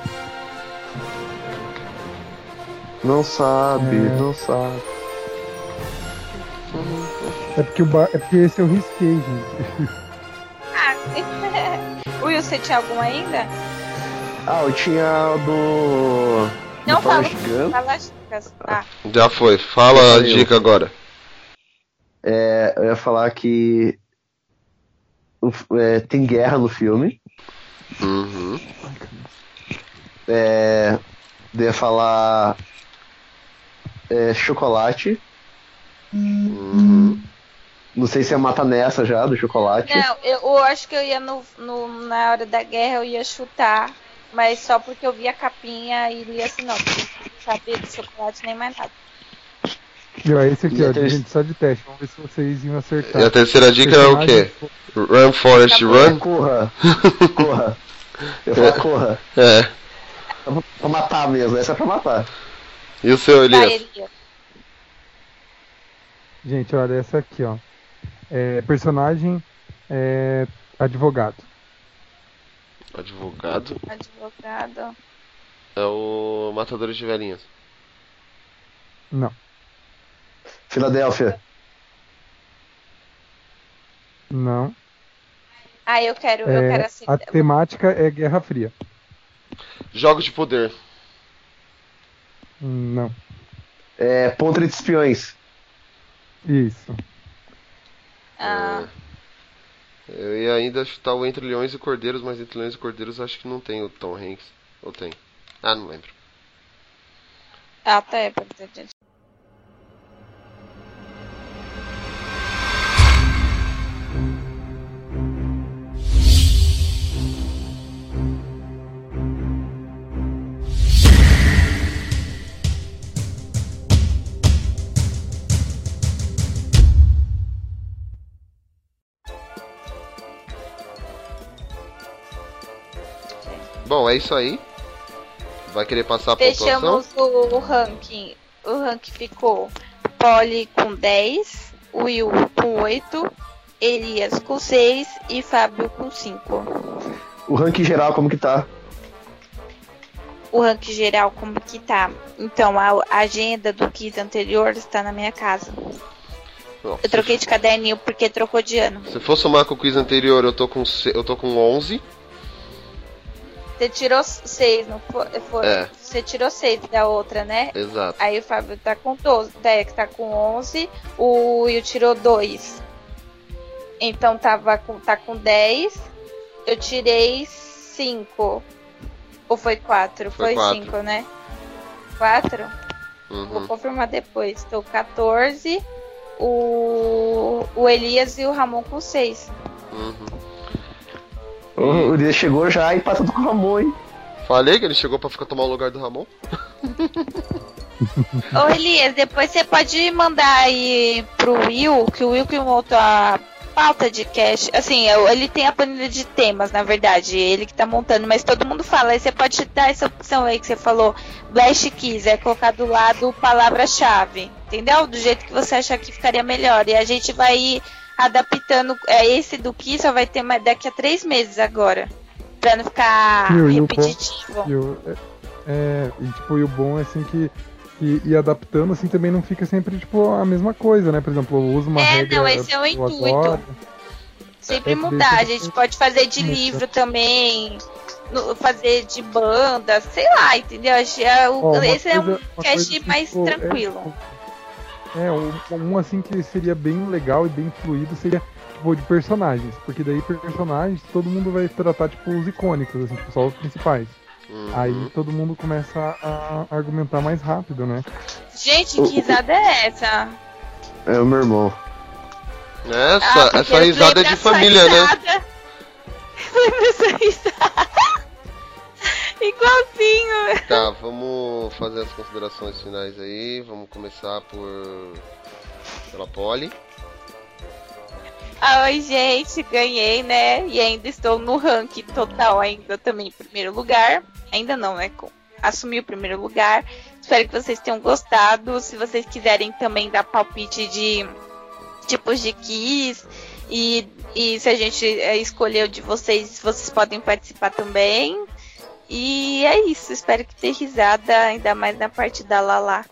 H: Não sabe,
D: É.
H: não sabe.
D: É porque, o ba... é porque esse eu risquei, gente.
B: Ah, Will, você tinha algum ainda?
H: Ah, eu tinha o do.
B: Não
H: do
B: fala.
H: Forrest Gump.
B: Fala as dicas. Tá.
C: Já foi, fala a dica agora.
H: É, eu ia falar que o- é, tem guerra no filme.
C: Uhum.
H: É, eu ia falar é, chocolate. Não sei se é mata nessa já do chocolate.
B: Não, eu, eu acho que eu ia no, no- na hora da guerra, eu ia chutar, mas só porque eu vi a capinha e li assim, não, não sabia de chocolate nem mais nada.
D: E, ó, esse aqui,
C: E a
D: ó,
C: ter-
D: gente, só de teste. Vamos ver se vocês iam
H: Tá.
D: acertar.
C: E a terceira dica é o quê? Run, Forest, Run?
H: Corra. Corra. Eu
C: É.
H: falo corra.
C: É.
H: Pra matar mesmo, essa é pra matar.
C: E o seu, Elias?
D: Gente, olha essa aqui, ó. É, personagem é, advogado.
C: Advogado.
B: Advogado.
C: É o Matador de Galinhas.
D: Não.
H: Filadélfia.
D: Não.
B: Ah, eu quero, eu
D: É,
B: quero assim.
D: a temática é Guerra Fria.
C: Jogos de Poder.
D: Não.
H: É Ponta de Espiões.
D: Isso.
B: Ah,
C: Eu ia ainda chutar o Entre Leões e Cordeiros, mas Entre Leões e Cordeiros acho que não tem o Tom Hanks. Ou tem? Ah, não lembro.
B: ah, tá, é pra dizer, gente.
C: Bom, é isso aí. Vai querer passar a pontuação?
B: Fechamos o, o ranking. O ranking ficou Polly com 10, Will com 8, Elias com 6 e Fábio com 5.
H: O ranking geral, como que tá?
B: O ranking geral como que tá? Então, a a agenda do quiz anterior está na minha casa.
C: Bom,
B: Eu troquei de caderninho porque trocou de ano.
C: Se for somar com o quiz anterior, eu tô com, se- eu tô com 11.
B: Você tirou 6, não foi? foi-
C: É.
B: Você tirou 6 da outra, né?
C: Exato.
B: Aí o Fábio tá com 12, daí que tá com 11, o Will tirou 2. Então tava com, tá com 10, eu tirei 5. Ou foi 4?
L: Foi
B: Foi
L: quatro.
B: 5, né? 4? Vou
L: Uhum.
B: confirmar depois. Tô com 14, o, o Elias e o Ramon com 6.
C: uhum.
H: O o Elias chegou já e passou com o Ramon, hein?
C: Falei que ele chegou pra ficar tomar o lugar do Ramon.
B: Ô Elias, depois você pode mandar aí pro Will, que o Will que montou a pauta de cast. Assim, eu- ele tem a planilha de temas, na verdade, ele que tá montando, mas todo mundo fala. Aí você pode dar essa opção aí que você falou, Blast Keys, é colocar do lado palavra-chave, entendeu? Do jeito que você achar que ficaria melhor. E a gente vai ir adaptando. É, esse do que só vai ter mais daqui a três meses agora. Pra não ficar
D: E o- e o bom-
B: repetitivo.
D: e o- é- é, e, tipo, e o bom é assim que e, e adaptando assim também não fica sempre tipo a mesma coisa, né? Por exemplo, eu uso uma
B: É,
D: regra
B: não, esse é o
D: tipo,
B: intuito.
D: agora.
B: Sempre
D: É,
B: mudar, a
D: deixa-
B: gente pode fazer de livro também, no- fazer de banda, sei lá, entendeu? Acho que é o-
D: Ó, uma
B: esse é um
D: coisa- uma
B: cast
D: coisa que
B: mais
D: ficou- é,
B: tranquilo.
D: É, um, um, assim que seria bem legal e bem fluido seria tipo, de personagens, porque daí por personagens todo mundo vai tratar tipo os icônicos, assim, tipo, só os principais. Aí todo mundo começa a, a argumentar mais rápido, né?
B: Gente, que risada é essa?
H: É o meu irmão.
B: Ah,
C: Essa,
B: porque
C: essa
B: eu
C: risada
B: lembro
C: é de
B: dessa
C: família, né?
B: risada. Eu lembro dessa risada. Igualzinho.
C: Tá, vamos fazer as considerações finais aí. Vamos começar por. pela Polly.
B: Ah, Oi, gente, ganhei, né? E ainda estou no ranking total, ainda também em primeiro lugar. Ainda não, né? Com- Assumi o primeiro lugar. Espero que vocês tenham gostado. Se vocês quiserem também dar palpite de tipos de quiz e, e se a gente é, escolheu de vocês, vocês podem participar também. E é isso. Espero que tenha risada, ainda mais na parte da Lala.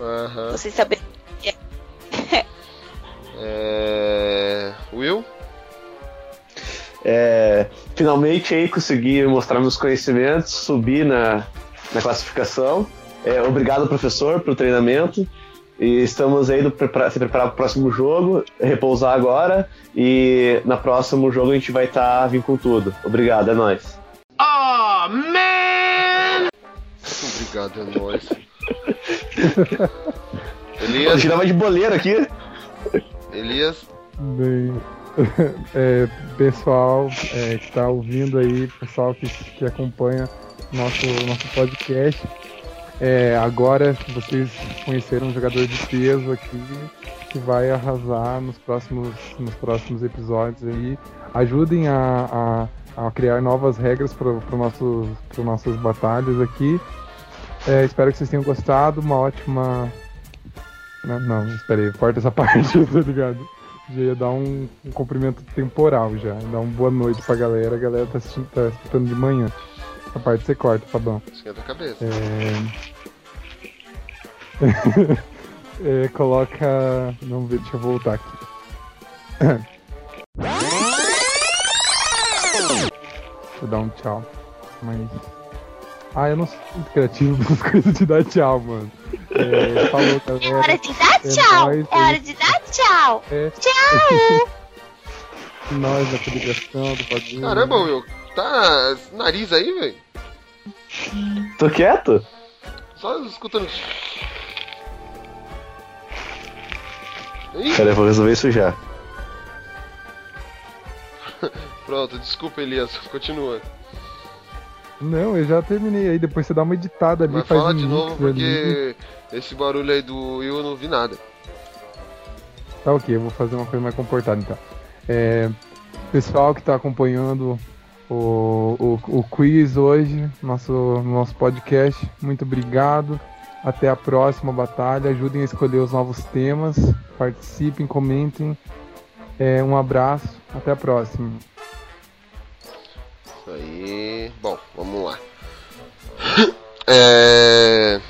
C: Aham.
B: Vocês saberem o que é.
C: É... Will?
H: É, finalmente aí consegui mostrar meus conhecimentos, subir na, na classificação. É, obrigado, professor, pelo treinamento. E estamos indo prepara- se preparar para o próximo jogo, repousar agora. E no próximo jogo a gente vai estar vindo com tudo. Obrigado, é nóis.
C: Oh, man! Obrigado, é nóis. Elias.
H: Eu tirava de boleiro aqui.
C: Elias,
D: Bem, é, pessoal é, que tá ouvindo aí, pessoal que, que acompanha nosso, nosso podcast, é, agora vocês conheceram um jogador de peso aqui que vai arrasar nos próximos, nos próximos episódios aí. Ajudem a, a, a criar novas regras para nosso, pro nossas batalhas aqui. É, espero que vocês tenham gostado. Uma ótima. Não, não espera aí, corta essa parte, tá ligado? Já ia dar um, um cumprimento temporal já. Dar uma boa noite pra galera. A galera tá, assistindo, tá escutando de manhã. Essa parte você corta, Fabão.
C: esquenta a cabeça.
D: É... É, coloca. Não, vê, deixa eu voltar aqui. Deixa eu dar um tchau. Mas. Ah, eu não sou muito criativo das coisas de dar tchau, mano. É, falou,
J: É
D: galera.
J: hora de dar
D: É
J: tchau!
D: nóis,
J: É hora de dar tchau!
D: É.
J: Tchau!
D: Nós na publicação do bagulho.
C: Caramba, Will, tá esse nariz aí, velho?
H: Tô quieto?
C: Só escutando.
H: Cara, eu vou resolver isso já.
C: Pronto, desculpa, Elias, continua.
D: Não, eu já terminei aí. Depois você dá uma editada ali,
C: Mas
D: faz
C: fala
D: um
C: de novo
D: mix ali.
C: porque esse barulho aí do Will eu não vi nada.
D: Tá ok, eu vou fazer uma coisa mais comportada então. É, pessoal que tá acompanhando o, o, o quiz hoje, nosso, nosso podcast, muito obrigado. Até a próxima batalha. Ajudem a escolher os novos temas. Participem, comentem. É, um abraço, até a próxima.
C: Isso aí. Bom, vamos lá. É.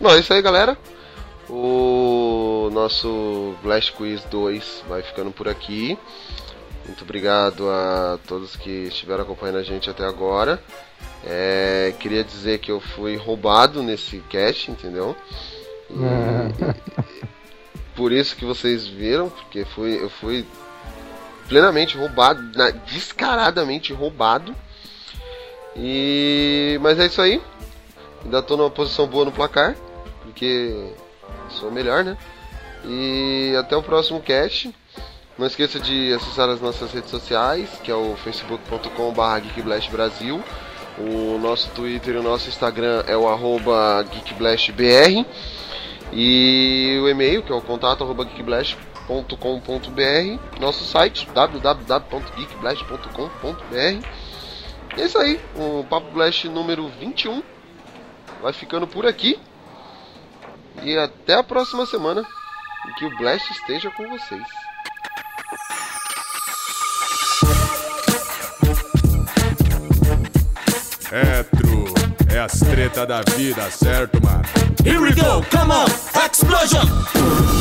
C: Bom, é isso aí, galera. O nosso Blast Quiz 2 vai ficando por aqui. Muito obrigado a todos que estiveram acompanhando a gente até agora. É, queria dizer que eu fui roubado nesse cast, entendeu? Hum.
D: É.
C: Por isso que vocês viram, porque fui, eu fui plenamente roubado, na- descaradamente roubado. E mas é isso aí. Ainda tô numa posição boa no placar, porque sou o melhor, né? E até o próximo cast. Não esqueça de acessar as nossas redes sociais, que é o facebook.com.br geekblastbrasil. O nosso Twitter e o nosso Instagram é o arroba geekblastbr. E o e-mail, que é o contato arroba geekblast.com.br. Nosso site, www.geekblast.com.br. E é isso aí, o Papo Blast número 21 vai ficando por aqui. E até a próxima semana. E que o Blast esteja com vocês.
M: É true, é as treta da vida, certo, mano? Here we go, come on, explosion!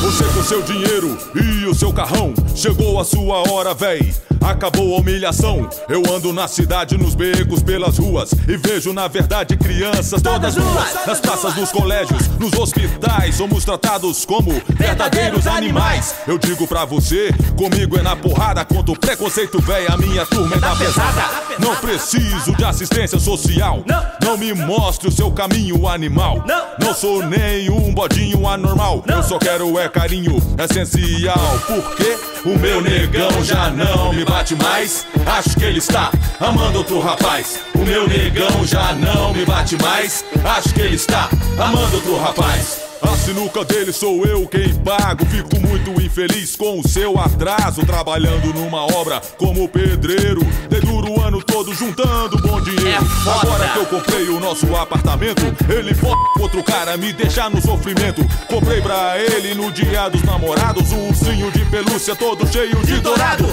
M: Você com seu dinheiro e o seu carrão, chegou a sua hora, véi. Acabou a humilhação. Eu ando na cidade, nos becos, pelas ruas e vejo na verdade crianças todas nuas nas praças dos colégios, nos hospitais. Somos tratados como verdadeiros animais. Eu digo pra você, comigo é na porrada contra o preconceito, véi. A minha turma é da pesada. Não preciso de assistência social. Não, me mostre o seu caminho animal. Não, sou nenhum bodinho anormal. Eu só quero é carinho essencial. Porque o meu negão já não me bate mais. Acho que ele está amando outro rapaz. O meu negão já não me bate mais. Acho que ele está amando outro rapaz. A sinuca dele sou eu quem pago. Fico muito infeliz com o seu atraso. Trabalhando numa obra como pedreiro. Deduro o ano todo juntando bom dinheiro. Agora que eu comprei o nosso apartamento, ele f outro cara me deixar no sofrimento. Comprei pra ele no dia dos namorados. Um ursinho de pelúcia todo cheio de dourado.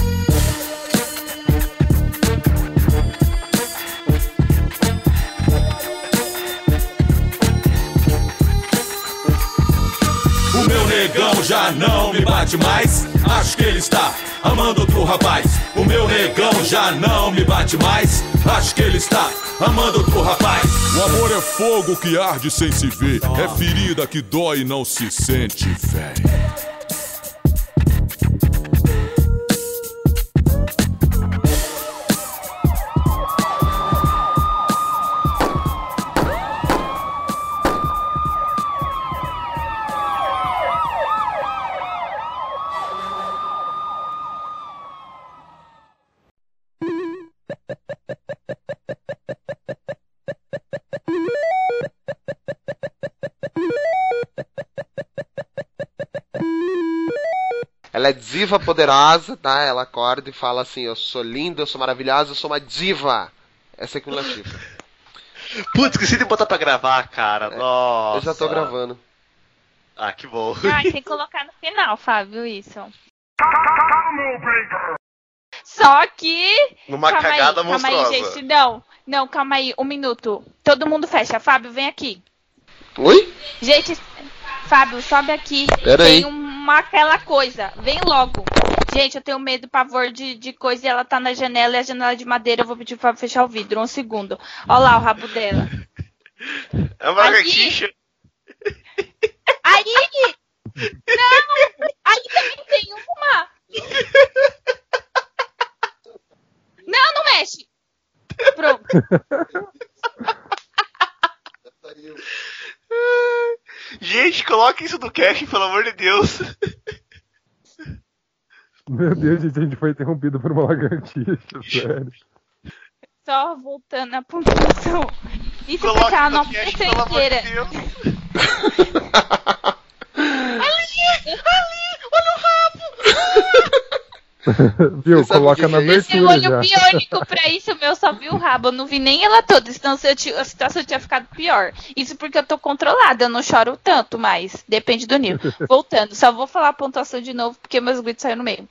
M: O meu negão já não me bate mais. Acho que ele está amando outro rapaz. O meu negão já não me bate mais. Acho que ele está amando outro rapaz. O amor é É fogo que arde sem se ver, é ferida que dói e não se sente, véi.
C: Ela é diva poderosa, tá? Ela acorda e fala assim: Eu sou linda, eu sou maravilhosa, eu sou uma diva. Essa é cumulativa.
A: Putz, esqueci de botar pra gravar, cara. Nossa.
C: É, Eu já tô gravando.
A: Ah, que bom.
B: Ah, tem que colocar no final, Fábio, isso. Só que.
A: Numa
B: calma
A: cagada
B: aí, Calma
A: monstruosa.
B: aí, gente. Não, não, calma aí. Um minuto. Todo mundo fecha. Fábio, vem aqui.
C: Oi?
B: Gente, Fábio, sobe aqui.
C: Pera
B: Tem
C: aí.
B: uma aquela coisa. Vem logo. Gente, eu tenho medo, pavor de, de coisa e ela tá na janela e a janela de madeira. Eu vou pedir pra fechar o vidro. Um segundo. Olha lá o rabo dela.
A: É uma lagartixa.
B: Aí! Não! Aí também tem uma! Não, não mexe! Pronto.
A: Gente, coloca isso no cast, pelo amor de Deus.
D: Meu Deus, gente, a gente foi interrompido por uma lagartixa, sério.
B: Só voltando à pontuação. Isso tá
A: Coloca
B: porque ela
A: no
B: não
A: cast,
B: apareceu
A: pelo amor de
B: inteira. ali! Ali! Olha o
D: Viu? Coloca na
B: Tem um
D: abertura
B: olho
D: já.
B: biônico pra isso, meu, só vi o rabo. Eu não vi nem ela toda, senão se eu ti- a situação tinha ficado pior. Isso porque eu tô controlada, eu não choro tanto mais. Depende do nível. Voltando, só vou falar a pontuação de novo, porque meus gritos saíram no meio.